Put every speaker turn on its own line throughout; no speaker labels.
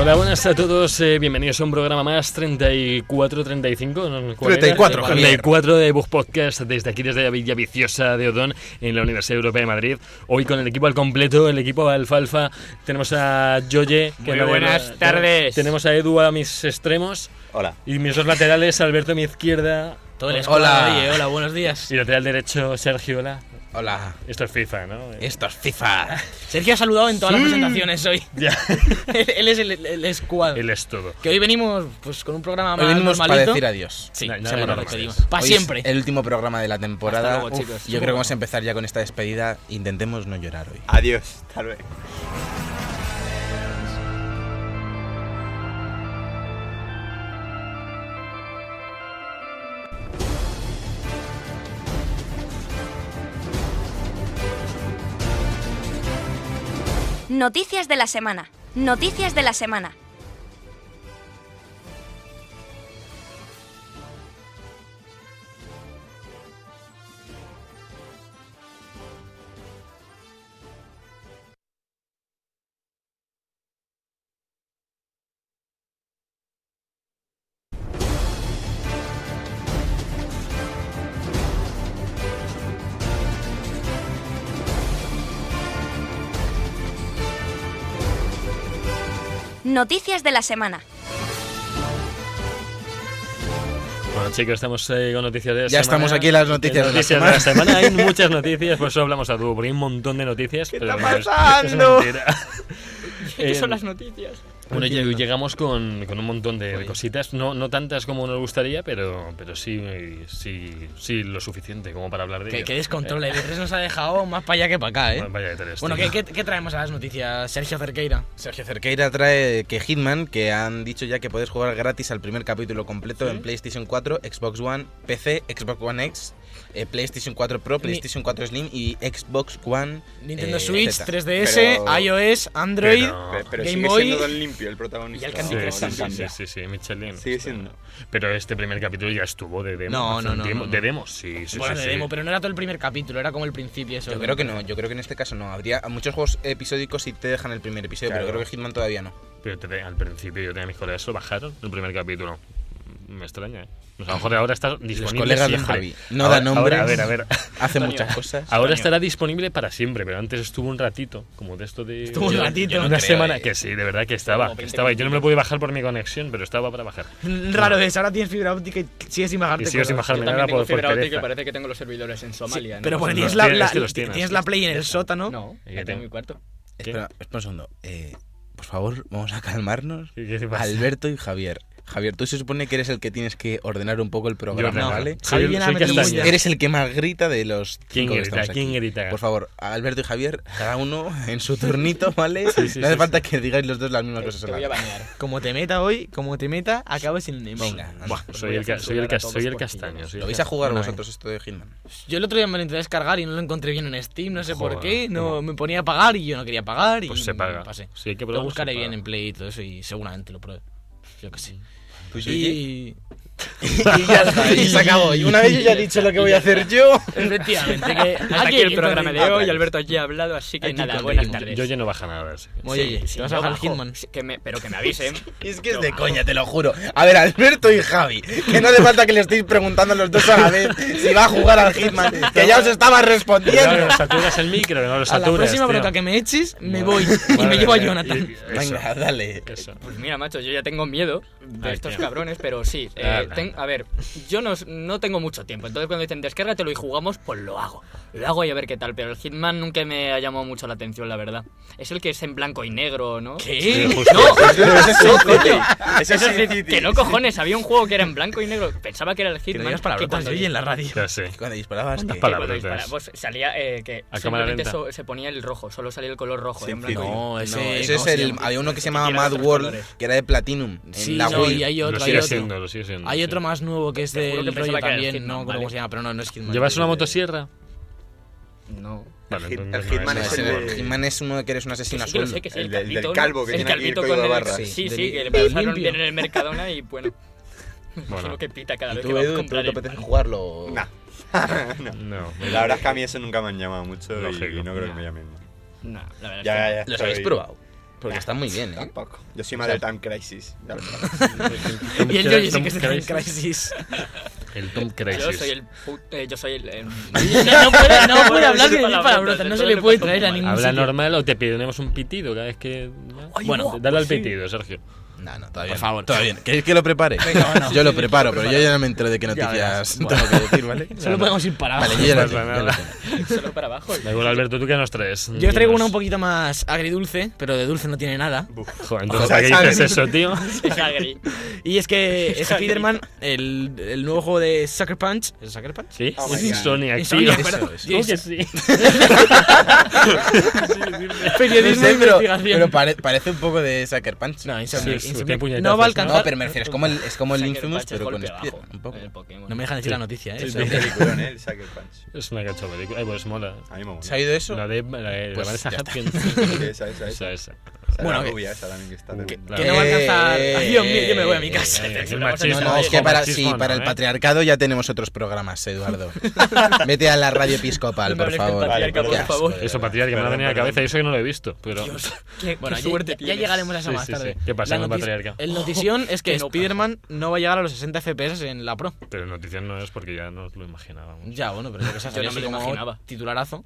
Hola, buenas a todos. eh, bienvenidos a un programa más 34, 35, no, ¿cuál era?
34, Javier.
34 de Bug Podcast desde aquí, desde la Villa Viciosa de Odón, en la Universidad Europea de Madrid. Hoy con el equipo al completo, el equipo Alfalfa. Tenemos a Joye. que
Muy
no-
buenas
no-
tardes.
Tenemos a Edu a mis extremos
Hola.
y mis dos laterales, Alberto a mi izquierda.
Todo el
Hola.
escuadro
Hola.
ahí, eh. Hola, buenos días.
Y lateral derecho, Sergio. Hola.
Hola,
Esto es FIFA, ¿no?
esto es FIFA.
Sergio ha saludado en todas las presentaciones hoy.
Ya.
él, él es el, el escuadro.
Él es todo.
Que hoy venimos pues con un programa
Hoy
más
venimos para
normalito.
decir adiós.
Sí,
No, no,
se
no,
lo
no,
repetimos.
no, no.
Para
Hoy
siempre.
es el último programa de la temporada.
Hasta luego,
Uf,
chicos.
yo creo que vamos a empezar ya con esta despedida. Intentemos no llorar hoy.
Adiós, tal vez.
Noticias de la semana. Noticias de la semana. Noticias de la semana.
Bueno, chicos, estamos eh, con noticias de la semana.
Ya estamos aquí en las noticias de la
Noticias
semana.
Hay muchas noticias, por eso hablamos a dúo, porque hay un montón de noticias.
¿Qué
pero
está
no, es-
pasando?
es mentira.
¿Qué son
Eh,
las noticias?
Bueno, ya llegamos con, con un montón de, de cositas, no, no tantas como nos gustaría, pero, pero sí, eh, sí, sí lo suficiente como para hablar de
Que,
ello.
que descontrol.
Eh.
El E3 nos ha dejado más para allá que para acá,
Eh,
eh.
vaya,
pues,
tres,
Bueno,
tío.
¿qué, qué, qué traemos a las noticias, Sergio Cerqueira?
Sergio Cerqueira trae que Hitman, que han dicho ya que puedes jugar gratis al primer capítulo completo en PlayStation 4, Xbox One, PC, Xbox One X, eh, PlayStation 4 Pro, PlayStation 4 Slim y Xbox One
Nintendo
eh,
Switch,
Z.
3DS,
Pero-
iOS, Android.
Pero-
Pe- Pero
Game
sigue
Boy
siendo Don Limpio el protagonista.
y el
Ah. Sí,
Candy Crush.
sí,
No
sí, sí,
cambia.
sí, sí, Michelin.
Sigue siendo.
Pero este primer capítulo ya estuvo de demo.
No,
hace
no,
un
no,
tiempo.
no, no.
De demos, sí, sí,
Bueno,
sí,
de
sí.
demo, pero no era todo el primer capítulo, era como el principio eso.
Yo creo que no, yo creo que en este caso no. Habría muchos juegos episódicos si te dejan el primer episodio,
Claro.
pero creo que Hitman todavía no.
Pero te- al principio yo tenía mis colegas, lo bajaron el primer capítulo. Me extraña, ¿eh? O sea, a lo mejor ahora está disponible.
colegas de
siempre.
Javi. No
ahora,
da nombres.
Ahora, a ver, a ver.
Hace muchas cosas.
Ahora estará disponible para siempre, pero antes estuvo un ratito, como de esto de.
Estuvo un
Yo-
ratito.
yo Una
no creo,
semana
eh.
que sí, de verdad que estaba. que estaba. Yo no me lo pude bajar por mi conexión, pero estaba para bajar.
Raro es, ahora tienes fibra óptica y sigues sin bajarte.
Y sigo sin
cosas.
bajarme
Yo
nada
también
por, por
tengo fibra óptica y
pues, pereza.
parece que tengo los servidores en Somalia. ¿no?
Pero porque
Los
tienes la,
tienes,
la-
es que los
tienes
tienes.
la Play en el sótano.
No,
¿Y qué
la
tengo?
tengo en mi cuarto.
¿Qué?
Espera, espera un segundo. Eh, por favor, vamos a calmarnos.
¿Qué- qué te pasa?
Alberto y Javier. Javier, tú se supone que eres el que tienes que ordenar un poco el
Yo
programa,
no. ¿eh?
¿vale?
Soy,
Javi viene
soy
a meter
castaño.
bulla.
Eres el que más grita de los
¿Quién
cinco que
grita?
estamos aquí.
¿Quién grita?
Por favor, Alberto y Javier, cada uno en su turnito, ¿vale? no hace
sí,
falta que digáis los dos las mismas
Eh, Te,
cosas. a
te
la
voy a
vez.
bañar.
Como te meta hoy, como te meta, acabas sin Nemo.
Venga, anda.
Buah,
Os
soy
voy a
el, ca- soy el,
censurar
ca-
a todos
soy el
porque
castaño. soy
¿Lo
el
vais a jugar
Una
vosotros esto de Hitman?
Yo el otro día me lo intenté descargar y no lo encontré bien en Steam, no sé por
Joder,
qué. No,
¿cómo?
me ponía a pagar y yo no quería pagar y
Pues se
me
paga.
pasé.
Sí, hay que
Lo
probarlo,
buscaré
se paga.
bien en Play y todo eso y seguramente lo pruebe. Yo qué sé.
Pues
Y...
y ya está, y se acabó. Y una vez yo ya he dicho lo que voy a hacer yo.
Efectivamente, que
Hasta aquí el programa de
Ah,
hoy. Alberto ya ha hablado, así que
Aquí
nada,
con
buenas
ritmo.
castaño.
tardes.
Yo ya no baja nada. así que-
Oye, oye, si vas a
yo
bajar
bajo,
Hitman.
sí, que me- pero que me avisen.
Es que es
Yo
de
bajo.
coña, te lo juro. A ver, Alberto y Javi, que no hace falta que le estéis preguntando a los dos a la vez si va a jugar al Hitman, que ya os estaba
Cuidado, que
respondiendo.
no saturas el micro, que no lo
A la
saturas.
próxima
tío.
bronca que me eches, me voy y
Madre
me llevo a
mía,
Jonathan.
y- y- eso,
Venga, dale.
eso.
Pues mira, macho, yo ya tengo miedo de
Ay,
estos
tío.
cabrones, pero sí. eh,
Ala.
ten- a ver, yo no, no tengo mucho tiempo, entonces cuando dicen descárgatelo y jugamos, pues lo hago. Lo hago y a ver qué tal, pero el Hitman nunca me ha llamado mucho la atención, la verdad. Es el que es en blanco y negro, ¿no?
¿Qué?
Eso es decir, que no cojones, había un juego que era en blanco y negro. Pensaba que era el Hitman.
digas palabrotas,
cuando
yo oí en la radio.
Ya sé.
Cuando disparabas,
Cuántas
que-
palabras.
cuando
Palabrotas.
dispara- pues salía eh, que
cámara
simplemente
lenta.
so- se ponía el rojo, solo salía el color rojo.
Sí,
en blanco
sí.
y negro.
No, ese,
No, ese es
¿cómo se
el.
llama?
Había uno que se llamaba
Tiene
Mad
otros
World,
colores.
que era de Platinum. en
Sí,
la
no,
Wii.
y hay
lo
otro, hay
sigue
otro.
siendo, lo sigue siendo.
Hay
sí.
otro más nuevo que es
Te juro que
del rollo
pensaba que era
también,
Hitman,
no me acuerdo cómo
vale.
se llama, pero no, no es Hitman.
¿Llevas una
Eh,
motosierra?
No.
Vale,
El Hit-
entonces
el
no
Hitman
es
es
Es
ese.
el
el-
de-
He-Man es uno que eres un asesino
Sí, que lo
azul.
sé, que es el,
El del- del
calvito,
calvo que
el
tiene aquí el
calvito
código
con el,
barra.
Sí, sí,
Sí,
que le
del
pasaron
limpio.
bien en el Mercadona y bueno.
Bueno.
Bueno. lo que pita cada
¿Y
vez
tú,
que va a
Edu, tú
comprar
te
el
apetece jugarlo? o-
Nah.
No, me-
La verdad es que a mí eso nunca me han llamado mucho y,
Lógico.
y no creo que me llamen.
No, la verdad es que
Ya, ya, ya.
¿Los habéis
estoy-
probado? Porque está muy bien, ¿eh?
Tampoco. Yo soy más de Time Crisis. ya lo sabes.
Tom
Y el
Cra-
Yoyi sí
Tom
que está en
Crisis.
crisis.
El Tom
Yo
Crisis.
soy el put- eh, yo soy el... eh,
No puede, no puede hablar de
decir
palabrotas, no se le puede traer a ningún
Habla
sitio.
normal o te pediremos un pitido cada vez que. ¿no?
Ay,
bueno,
guau,
dale al
pues sí.
pitido, Sergio.
No, no, todavía
Por
no.
favor.
Todavía no. ¿Queréis que lo prepare? Yo lo preparo, pero yo ya no me entero de qué
verás.
noticias tengo que decir, ¿vale?
Solo podemos ir para abajo.
Vale, yo ya lo
pasa
tengo, ya lo
nada.
tengo.
Solo para abajo.
Da igual, Alberto, ¿tú qué nos traes?
Yo traigo
Dinos.
una un poquito más agridulce, pero de dulce no tiene nada.
Joder, entonces, ¿para qué
Joder,
dices eso, tío?
Es agri.
Y es que Spider-Man, el, el nuevo juego de Sucker Punch. ¿Es Sucker Punch?
Sí,
Oh my
es
God.
Insomniac, tío.
Insomniac,
Eso,
perdón.
eso.
¿Cómo que sí?
Periodismo
No sé,
de
pero,
investigación.
pero pare- parece un poco de Sucker Punch.
No,
Sí,
Insomniac.
sí,
Insomniac.
tiene puñetazos,
No va a
¿no?
alcanzar.
No, pero me refiero, es como el, es como el
Saque
Infamous,
Punch,
pero con
golpe
Spider.
bajo,
Un poco.
el Pokémon.
No me dejan decir la noticia, ¿eh?
Sí,
Eso.
Es peliculón, ¿eh? El Sucker Punch.
Es una cacho película. Ay, pues mola.
A mí me mola.
¿Se ha ido eso?
La de, la de
Pues
Vanessa
ya está.
Hudgens.
Esa, esa, esa.
esa, Eh, esa.
Esa
Bueno,
la
que-
rubia, esa también que está tremenda.
Que no va a alcanzar.
Eh,
Ay, Dios mío, yo me voy a mi casa.
eh, qué
Vamos a
machismo.
No,
ir
no,
a-
es que para,
machismo,
sí,
no,
para
¿eh?
el patriarcado ya tenemos otros programas, Eduardo. Vete a la radio episcopal,
No
por
hables del
favor.
patriarca,
Qué
por
asco,
favor.
de
Eso,
verdad.
patriarca, me ha
Perdón,
venido a la
perdón.
cabeza. y Eso que no lo he visto, pero...
Dios, qué,
Bueno,
qué
ya-
suerte
ya,
tienes.
llegaremos a eso
Sí,
más
sí,
tarde.
sí. ¿Qué pasa
La
con
notici-
patriarca?
El notición es que
Que no pasa.
Spider-Man no va a llegar a los 60 FPS en la Pro.
Pero noticias no es porque ya nos lo imaginábamos.
Ya, bueno, pero yo que se ha
Yo
salido
no me
así
lo
como
imaginaba.
titularazo.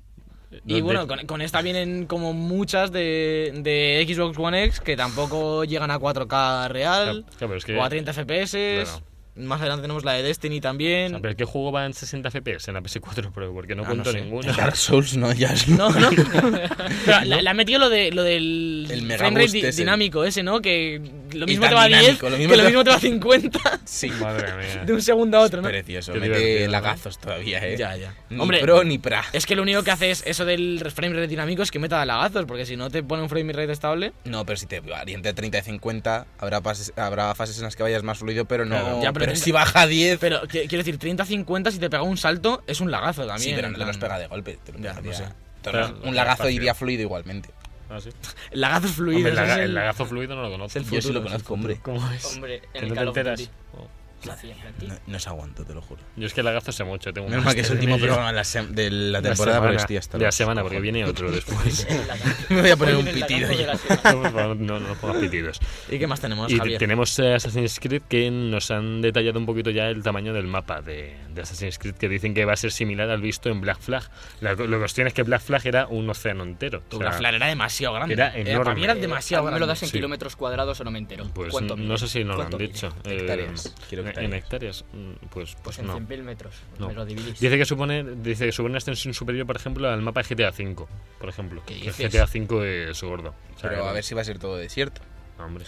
de-
Y bueno, con, con esta vienen como muchas de, de Xbox One X que tampoco llegan a 4K real
Claro, pero es que-
o a 30 FPS.
Claro.
Más adelante tenemos la de
O
Destiny
sea,
también.
¿Pero qué juego va en 60 FPS en la PS4 Pro? Porque no
Ah,
cuento
no sé.
ninguno.
Dark Souls, no, ya es-
No, no. Pero la, la ha metido lo, de, lo del
El
frame
mega
rate
boost
di-
ese.
dinámico ese, ¿no? Que lo mismo
tan
te va a 10,
dinámico, lo
que
mismo
lo
te-
mismo te va a 50
Sí,
Madre mía.
de un segundo a otro, ¿no?
precioso.
Qué
Mete
divertido, ¿no?
lagazos todavía, eh.
Ya, ya.
Ni
Hombre,
pro ni pra.
es que lo único que hace es eso del frame rate dinámico es que meta lagazos, porque si no te pone un frame rate estable.
No, pero si te varía entre 30 y 50, habrá, pases- habrá fases en las que vayas más fluido, pero no.
Claro. Ya,
pero
pero treinta-
si baja a 10.
Pero qui- quiero decir, 30-50 si te pega un salto es un lagazo también.
sí, pero
en
no te
plan-
los pega de golpe. te lo
Ya,
pegaría-
no sé.
te lo-
Claro,
un lagazo
fácil.
iría fluido igualmente.
Ah, sí.
Lagazos fluidos.
Hombre, el, laga-
ese es
el lagazo fluido no lo conozco.
es el
Yo sí
futuro,
lo
es el
conozco, hombre.
¿Cómo es?
Hombre, en
Que
el
no te
Call of
enteras.
Duty.
Oh.
Lo hacía en ti.
No, no se aguanto, te lo juro.
Yo es que el lagazo sé mucho. Tengo un
Menos mal que es el
máster en
último
ello.
programa de la, sem- de la
De la
temporada, porque
semana.
estoy hasta
De la
los-
semana, porque viene otro después.
El lagazo.
Me voy a poner
Hoy
un
viene el
pitido
lagazo de
yo.
la semana.
No, por favor, no, no pongas pitidos.
¿Y qué más tenemos,
Y
Javier?
tenemos eh, Assassin's Creed que nos han detallado un poquito ya el tamaño del mapa de, de Assassin's Creed, que dicen que va a ser similar al visto en Black Flag. La, la cuestión es que Black Flag era un océano entero. O
Tu
sea,
Graflar era demasiado grande.
era
para mí era
enorme.
demasiado
A mí
grande.
me lo das en
Sí.
kilómetros cuadrados o no me entero.
Pues
¿Cuánto
no
mide?
sé si nos lo han
¿Cuánto mide?
dicho.
Hectáreas,
Eh,
quiero
en- En
hectáreas.
hectáreas. mm, Pues, pues
Pues en
no.
100.000 metros.
No.
Me lo dividís.
Dice que supone, dice que supone una extensión superior, por ejemplo, al mapa de GTA V. Por ejemplo,
¿Qué
El
dices?
GTA V es gordo. O sea,
Pero a ver si Eh, va a ser todo desierto.
no, hombre.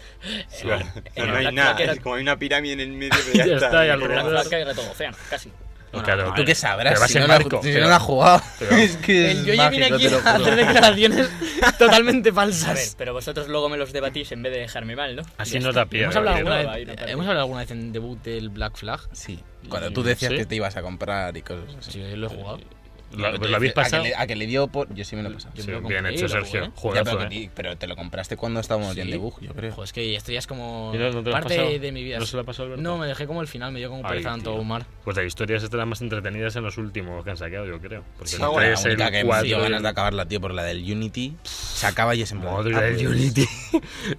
Sí,
No.
vale.
No,
No, no hay
la-
nada.
la-
Es como hay una pirámide en el medio, pero ya,
Ya
está.
está, y
Pero la
alrededor-
verdad es que era todo océano, casi.
Claro,
¿Tú qué sabrás?
Pero vas
Si
en
no, la,
barco,
si
pero-
no la has jugado.
pero-
es que es
El Yoye
mágico,
viene aquí
te lo
a
juro.
hacer declaraciones totalmente
A ver,
falsas.
pero vosotros luego me los debatís en vez de dejarme mal, ¿no?
Así no da piedra.
¿Hemos hablado,
Gabriel.
alguna
no,
vez,
ahí no perdí.
¿Hemos hablado alguna vez en debut del Black Flag?
Sí. Cuando tú decías
Sí.
que te ibas a comprar y cosas así.
Sí, yo lo he jugado.
¿La-
Pero
¿Lo,
tú
habéis
dices,
pasado?
A que, le, a que le dio por. Yo sí me lo he pasado.
Yo
Sí,
me lo
bien
compré y
hecho,
lo
Sergio.
jugué.
Ya, pero,
Juegazo,
que-
¿eh?
pero te lo compraste cuando estábamos ya en
Sí.
debug, yo creo.
Joder, es que esto ya es como
¿Y no- no te lo has
parte
pasado?
de mi vida.
¿No se lo ha pasado Alberto?
No, me dejé como el final, me dio como
Ay,
pereza tanto
tío.
Omar.
Pues las historias estarán más entretenidas en los últimos que han sacado, yo creo. Porque
Sí,
el
la
tres,
única
el
que me
cuatro,
dio
el-
ganas de acabarla, tío, por la del Unity. Se acaba y es en plan.
Madre
ah,
del
pues,
Unity.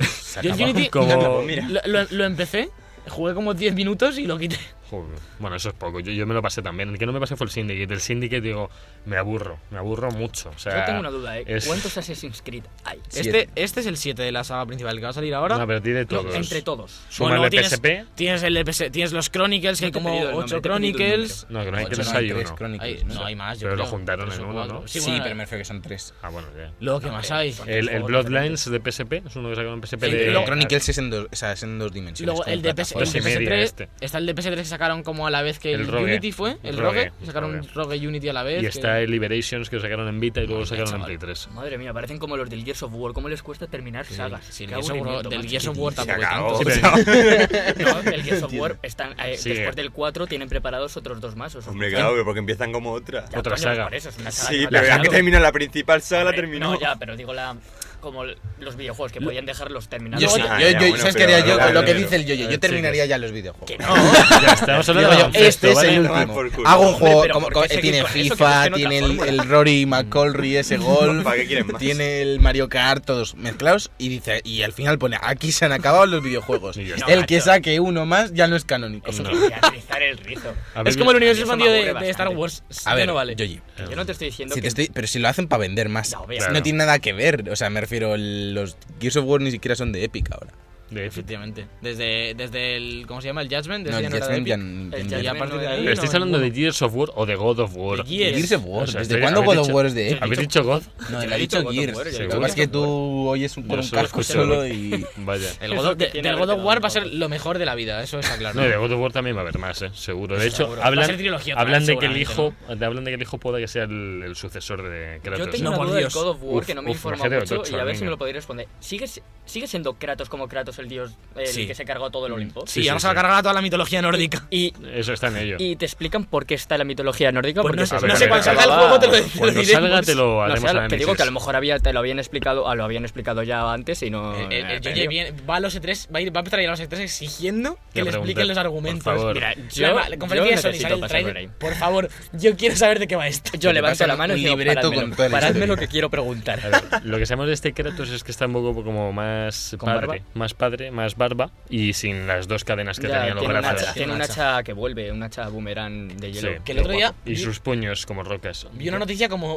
se
Yo el
acaba.
Unity
Como-
lo-
Mira.
lo, lo- lo empecé, jugué como 10 minutos y lo quité.
Joder. Bueno, eso es poco. Yo, yo me lo pasé también. El que no me pasé fue el Syndicate. El Syndicate, digo, me aburro. Me aburro mucho. O sea,
Yo tengo una duda, ¿eh?
Ah, es-
¿Cuántos Assassin's Creed hay?
Este, este es el 7 de la saga principal que va a salir ahora.
No, pero tiene
No,
todos.
entre todos.
Súmale
luego tienes,
PSP.
Tienes, el EPS tienes los Chronicles, que
No
hay
te he
como
pedido el
8
nombre, te he pedido el
Chronicles.
No, que no hay
Ocho,
tres,
hay
hay
tres
uno.
Chronicles,
Hay- no, hay más. yo
Pero lo
creo.
juntaron
Tres
en
o
uno,
cuatro.
¿no?
Sí,
Sí,
bueno,
pero me refiero que son tres.
Ah, bueno, ya.
Luego, ¿qué más hay?
El, el Bloodlines de PSP es uno que sacaron en PSP
Sí,
de.
pero
Chronicles es en dos, o sea, es en dos dimensiones.
Luego
como
el de, PS,
plataforma.
Dos y
el de PS3
media este.
está el de PS3 que sacaron como a la vez que
El
el
Rogue.
Unity fue,
El
el
Rogue,
Rogue, sacaron
Rogue.
Rogue y Unity a la vez.
Y
que-
está el Liberations que lo sacaron en Vita y luego lo
Madre mía,
sacaron en
chaval.
Play 3.
Madre mía, parecen como los del Gears of War. ¿Cómo les cuesta terminar sagas?
sí, el
Qué
Gears of War-
aburrimiento,
del
macho.
Gears of War
Se
tampoco
acabó.
tanto.
Sí, pero-
No, el Gears of War están, eh,
Sí.
después del 4 tienen preparados otros dos más. o sea,
Hombre,
ya,
claro, porque empiezan como otra.
coño,
Otra saga.
Por eso, es una saga
Sí,
que va
pero ya
terminando.
que terminó la principal saga, la
Hombre,
terminó.
No, ya, pero digo la como l- los videojuegos que podían dejarlos terminados.
Yo sí,
Ah,
yo,
ya,
yo-
bueno,
¿sabes qué
pero
haría yo?
ahora-
Lo que
pero-
dice el yo, yo,
a ver,
terminaría
chicos.
ya los videojuegos.
Que no,
Ya estamos hablando de
Digo yo,
baloncesto,
este es
¿vale?
el
Tomar
último.
por culo.
Hago un juego.
Hombre, pero
como-
¿por
como-
qué seguir
tiene
con eso? Que
FIFA,
busquen otra
tiene el,
fórmula.
el Rory McColry ese gol.
¿Para qué quieren más?
Tiene el Mario Kart, todos mezclados. Y dice y al final pone: aquí se han acabado los videojuegos.
Y ya
está.
el que saque uno más ya no es canónico.
eso
No.
que ya es rizar el rizo.
A ver,
Es como el universo
Eso me
expandido de,
aburre
de Star
bastante.
Wars.
A
Ya
ver,
no vale.
Yoyi,
Yo no te estoy diciendo
si te
que
estoy- pero si lo hacen para vender más.
Ya, obvio.
Claro.
No tiene nada que ver. O sea, me refiero, el- los Gears of War ni siquiera son de Epic ahora.
De hecho,
Efectivamente. Desde, desde el. ¿Cómo se llama? El Judgment.
No,
Desde
el
ya no era de
Judgment ya,
Epic.
ni-
El
ni-
Ya, y a
Judgment
partir
no
de
era
ahí.
de Epic.
¿Estáis
no,
hablando de
ninguno.
Gears of War o de God of War?
De Gears.
Gears of War.
O sea,
¿Desde
estoy-
cuándo
habéis
God of
dicho-
War es de
sí,
Epic?
¿Habéis dicho God?
No,
yo
él
le
ha
he
dicho
dicho God of
Gears.
War, yo
he
Lo
dicho
que pasa es que
God of
tú oyes un, por
Yo
un
solo
casco
escucho-
solo y...
Vaya.
El God of, de-
Tiene
del
que
God
haber
of War
quedado
va a ser
un
lo mejor de la vida, eso está claro.
No, de God of War también va a haber más, ¿eh? seguro. De hecho,
seguro.
Va a
hablan,
ser trilogía otra
hablan
vez,
de que el hijo,
seguramente,
hablan de que el hijo pueda que sea el, el sucesor de Kratos.
Yo tengo
¿eh?
una
por
duda del
Dios.
God of War
Uf,
que no me he
uf,
informado
imagínate
mucho
ocho,
y a ver si
venga.
me lo podéis responder. ¿Sigue, ¿Sigue siendo Kratos como Kratos el dios el
Sí.
que se cargó todo el Olimpo?
Mm. Sí,
Sí,
sí,
vamos a
sí.
cargar a toda la mitología nórdica.
Y,
Eso está en ello.
y te explican por qué está la mitología nórdica.
Pues
porque
no
sé,
se
a ver,
supone
no sé
que
cuál
se
salga el
acababa-
juego, te lo digo.
Cuando
diremos.
salga te lo
No, o
haremos
sea, te
análisis.
digo que a lo mejor había, te lo habían explicado, ah, lo habían explicado ya antes y no.
Eh, eh,
eh,
Yoyi
eh,
viene- va a los E3, va a, ir, va a traer a los E3 exigiendo que
Le
le
pregunté,
expliquen los
por
argumentos.
favor.
Mira, yo,
Yo, la, la conferencia
yo
de Sony sale
necesito
el
pasar por
trailer.
ahí.
Por favor, yo quiero saber de qué va esto.
Yo
Te
levanto
pasan
la mano y
un
digo,
libreto
paradme
con toda la historia".
lo que quiero preguntar.
A ver, lo que sabemos de este Kratos es que está un poco como más
¿Con
padre,
barba?
más padre, más barba y sin las dos cadenas que
Ya,
tenía en los
tiene, un
brazos.
hacha, tiene un hacha que vuelve, un hacha boomerang de hielo.
Sí.
Que el otro día
Y
vi,
sus puños como rocas.
vi una noticia como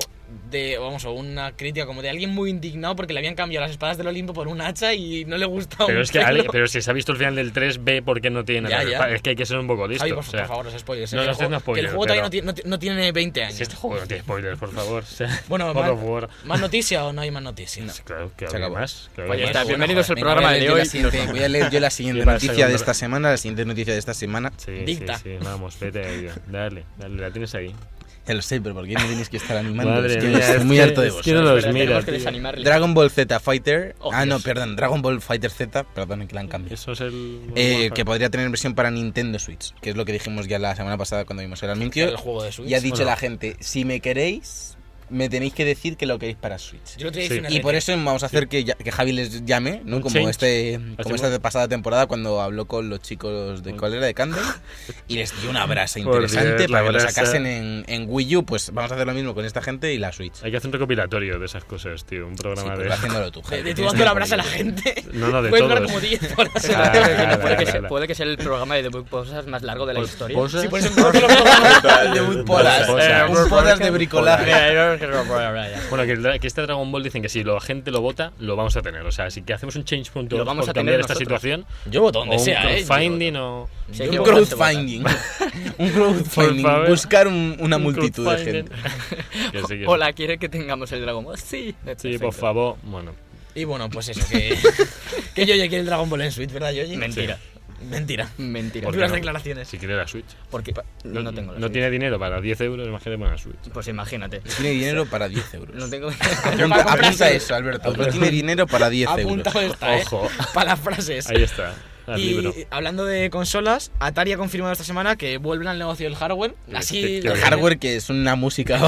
de, vamos, o una crítica como de alguien muy indignado porque le habían cambiado las espadas del Olimpo por un hacha y no le gustaba
Pero
un
es que
pelo.
Ale- pero si se ha visto el final del 3 ve por qué no tiene
Ya,
nada.
ya.
Es que hay que ser un poco listo.
Javi, por,
o sea,
por favor, los spoilers.
no, no,
eh, que el
esto no
juego- que el
spoiler,
juego todavía
pero-
no tiene, no ti- no tiene 20 años.
si este juego no tiene spoilers, por favor. o sea,
Bueno,
God
mal-
of War.
Más noticias o no hay más noticias.
Sí, Claro, que
Se
había
acabó.
más. claro que
Oye,
había
está,
más.
bienvenidos al
Venga,
programa
voy a
de
leer yo
hoy.
la siguiente- voy a leer yo la siguiente
Yo la
noticia
segunda.
de esta semana, la siguiente noticia de esta semana.
Sí,
Dicta.
sí, sí, vamos, vete a ello. Dale, dale, la tienes ahí.
Ya lo sé, pero ¿por qué me tenéis que estar animando?
Madre
es que
mía,
estoy
es
muy
que-
harto de
es
vos.
que no
Es
los
verdad,
mira,
tenemos que
tío.
desanimarle.
Dragon Ball Z Fighter.
Oh,
ah, no,
Dios.
perdón. Dragon Ball Fighter Z. Perdón, que la han cambiado.
Eso es el.
Eh, que podría tener versión para Nintendo Switch, que es lo que dijimos ya la semana pasada cuando vimos el anuncio.
El juego de Switch.
Y ha dicho
Bueno.
la gente, si me queréis, me tenéis que decir que lo queréis para Switch.
Yo lo
Sí.
Y por eso vamos a hacer que, ya- que Javi les llame, ¿no?
Un
Como
change.
este como
Hacemos-
esta pasada temporada cuando habló con los chicos de cuál era de Candle y les dio una brasa
Por
interesante
Dios, la
para que lo
brasa.
sacasen en, en Wii U, pues vamos a hacer lo mismo con esta gente y la Switch. Sí,
Hay que hacer un recopilatorio de esas cosas, tío. Un programa
pues
de.
ve haciéndolo tú, Javi.
De,
que
de tú
tienes
dando la
muy
brasa a la
poquito.
gente.
No, no, de
Puedes
todos.
durar como 10 horas. en
Ah,
la tele.
ah,
Puede que,
ah,
se-
ah,
puede que sea el programa de Debug Posas más largo de la
Pues,
historia.
Posas.
Sí, pues, por eso no te lo pongo.
El de un polas,
Eh,
Posas.
un polas de bricolaje.
Bueno, que, el dra- que este Dragon Ball dicen que si la gente lo vota, lo vamos a tener. O sea, si que hacemos un change.org
Lo vamos
por
a tener
cambiar esta
nosotros.
situación,
Yo voto
o
donde
un
sea, eh.
crowdfunding o.
Sí,
Un
yo
crowdfunding. un crowdfunding.
Por favor.
Buscar un- una
un
multitud de
crowdfunding.
gente.
Que sí, que sí.
Hola, ¿quiere que tengamos el Dragon Ball? Sí.
Sí,
Perfecto.
por favor. Bueno,
Y bueno, pues eso, que. que yo quiere el Dragon Ball en Switch, ¿verdad, Yoyi?
Mentira.
Mentira. Mm.
Mentira.
¿Por qué
Duras
no?
declaraciones.
si quiere la Switch.
Porque no, tengo la
no
Switch.
tiene dinero para 10 euros, imagínate para la Switch.
Pues imagínate.
Tiene dinero para 10 euros.
No tengo.
Apunta,
Para comprar-
apunta eso, Alberto. No tiene dinero para 10 euros.
Apuntado está, eh.
Ojo.
Para las frases.
Ahí está, al
Y
libro.
hablando de consolas, Atari ha confirmado esta semana que vuelven al negocio del hardware. Así.
qué- qué
El hardware que es una música.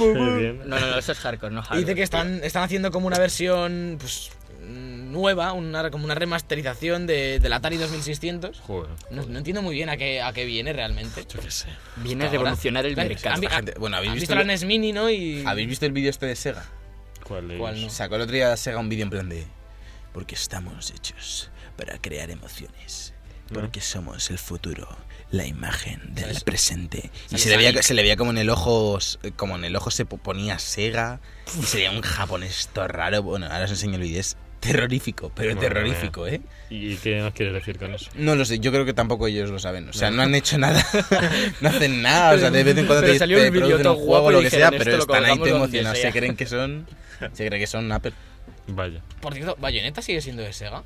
Muy bien.
No, no, no, eso es hardcore, no
Y
hardcore.
dice que están, están haciendo como una versión pues, mm, nueva, una, como una remasterización de, del Atari 2600.
Joder.
No, no entiendo muy bien a qué, a qué viene realmente.
Yo qué sé.
Viene a
Ahora-
revolucionar el
Claro,
mercado.
han vi-
esta gente- bueno, ¿habéis
han
visto
visto la
lo-
NES Mini, ¿no? Y
¿Habéis visto el vídeo este de Sega?
¿Cuál es?
¿Cuál no?
Sacó el otro día Sega un vídeo en plan de. Porque estamos hechos para crear emociones. Porque somos el futuro, la imagen del presente. Y
Sale
se le, veía,
Sonic.
se le veía como en el ojo, como en el ojo se po- ponía Sega. Y se veía un japonés todo raro. Bueno, ahora os enseño el vídeo. Es terrorífico, pero
Madre
terrorífico, ¿eh?
¿Y qué más quieres decir con eso?
No lo sé, yo creo que tampoco ellos lo saben. O sea, no han hecho nada. no hacen nada. O sea, de vez en cuando
Pero
te,
salió
te
un vídeo
producen
todo
un
guapo
juego o
y
lo que sea,
dijeron,
pero
"Esto lo
están ahí te
colgamos donde
emocionan. Se
sea".
creen que son. Se creen que son Apple.
Vaya.
Por cierto, Bayonetta sigue siendo de Sega.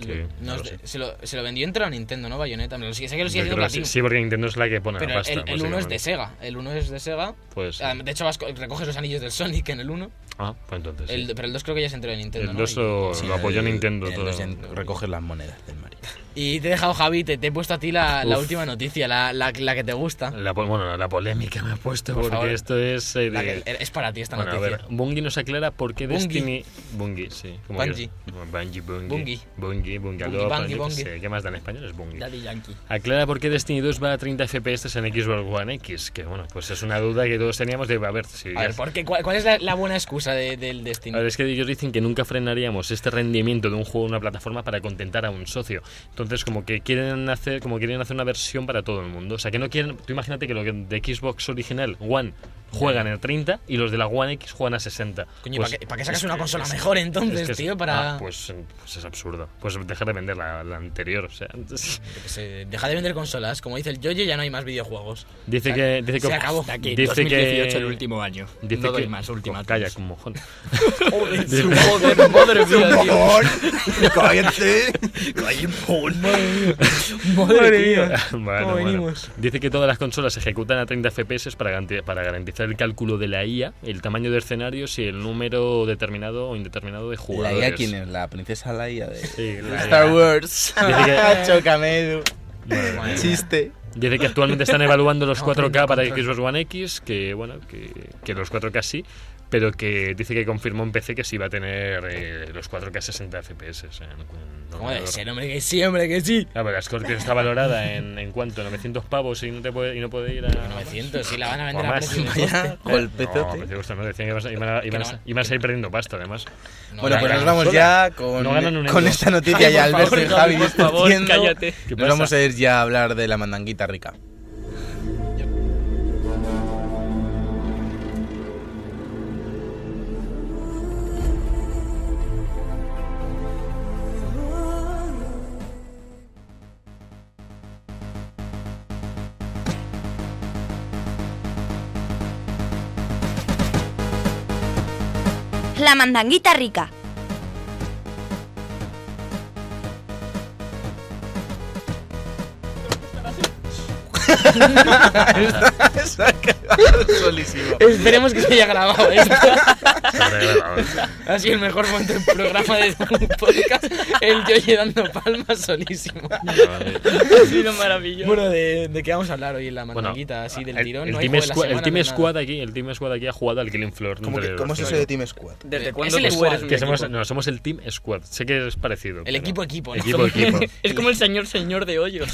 Sí,
No,
no lo
es-
sé.
se, lo, se lo vendió entero a Nintendo, ¿no? Bayonetta. Me lo sigue- sé que lo sigue
Yo
haciendo
creo que sí,
Platinum.
sí, porque Nintendo es la que pone la
pero
pasta.
el- el 1 es
básicamente.
de Sega. El 1 es de Sega.
Pues,
Ah, De hecho, vas, co- recoges los anillos del Sonic en el 1.
ah, pues entonces. sí.
El, pero el 2 creo que ya se enteró de Nintendo.
El
¿no?
2
Y-
lo,
Pues
Sí, eh,
lo apoyó
el-
Nintendo.
el
todo.
dos ya Recoges las monedas del Mario.
Y te he dejado, Javi, te, te he puesto a ti la, la
Uf.
última noticia, la, la- la que te gusta.
La, po- bueno, la polémica me ha puesto
Por
porque
favor.
esto es. eh,
La
de-
que- es para ti esta
bueno, a ver,
noticia.
Bungie nos aclara por qué
Bungie.
Destiny. Bungie, sí. como
Bungie.
quieras. Bueno, Bungie, Bungie.
Bungie.
Bungie, Bungie.
Bungie,
algo,
Bungie,
yo qué
Bungie.
sé, ¿Qué más dan en español? Es Bungie.
Daddy Yankee.
Aclara por qué Destiny 2 va a 30 FPS en Xbox One X, que bueno, pues es una duda que todos teníamos de, a ver, si
A
ya-
ver, ¿por qué? ¿Cuál, cuál es la, la buena excusa de- del
A
destino?
ver, es que ellos dicen que nunca frenaríamos este rendimiento de un juego en una plataforma para contentar a un socio. Entonces, como que quieren hacer, como quieren hacer una versión para todo el mundo. O sea, que no quieren. Tú imagínate que los de Xbox original, One, juegan en 30 y los de la One X juegan a 60.
Coño,
Pues
¿para qué, para qué
es
sacas
que-
una consola
es-
mejor
es
entonces,
que es-
tío? Para.
ah, pues, pues es absurdo. Pues dejar de vender la, la anterior. O sea, entonces-
yo qué sé, deja de vender consolas. Como dice el Yoyo, ya no hay más videojuegos.
dice que. Dice que
Se acabó.
Hasta aquí,
dice
2018,
que-
el último año.
dice
no doy
que-
más, última.
Calla, como mojón.
Su Joder, madre mía, tío.
¡Cállate!
Madre mía.
Bueno,
¿Cómo
bueno.
venimos?
Dice que todas las consolas se ejecutan a 30 FPS para garanti- para garantizar el cálculo de la IA, el tamaño de escenarios y el número determinado o indeterminado de
¿La
jugadores.
IA quién es? La princesa Laia de
Sí, la
Star
IA.
Wars. Chócame, Edu.
Madre mía.
Chiste.
Dice que actualmente están evaluando los
No,
4K para
control.
Xbox One X, que bueno, que, que los 4K sí, pero que dice que confirmó en PC que sí va a tener eh, los 4K 60 FPS. en- en
¿Cómo debe
ordenador.
ser, hombre? Que sí, hombre, que sí.
Claro, pero la Scorpio está valorada en, en cuánto, 900 pavos y no, te puede, y no puede ir a...
900, sí, la van a
O
vender a
más.
precio de coste.
Vaya
No, pues
golpezote.
me gusta, no decían que ibas a- iban a, iban a-
Que no.
iban a salir perdiendo pasta, además.
No,
Bueno,
la
pues
gran
nos vamos
consola.
ya con,
No ganan un
con
euro.
esta noticia ya,
por
Alberto y
favor,
Javi
Javi, por favor,
discutiendo.
cállate.
¿Qué
Nos
pasa?
vamos a ir ya a hablar de la mandanguita rica.
La mandanguita rica.
Esperemos que se haya grabado esto.
Ahora,
Ha sido el mejor momento del programa de todo un podcast. El Yoyo dando palmas solísimo.
Ha sido maravilloso.
Bueno, ¿de, de qué vamos a hablar hoy en la
Bueno, ah,
mandanguita así del
el-
tirón?
el,
no hay
team
juego de la
squad,
semana,
el team
no hay nada.
squad aquí, el team squad aquí ha jugado al Killing Floor.
¿Cómo,
entre
que-
los
cómo es
cinco.
eso de Team Squad?
¿Desde
Es
cuándo
el
tú
squad,
eres
es
mi
Que somos,
equipo?
no, somos el Team Squad. Sé que es parecido.
El
pero-
equipo equipo, ¿no?
Equipo equipo.
Es como el señor señor de hoyos.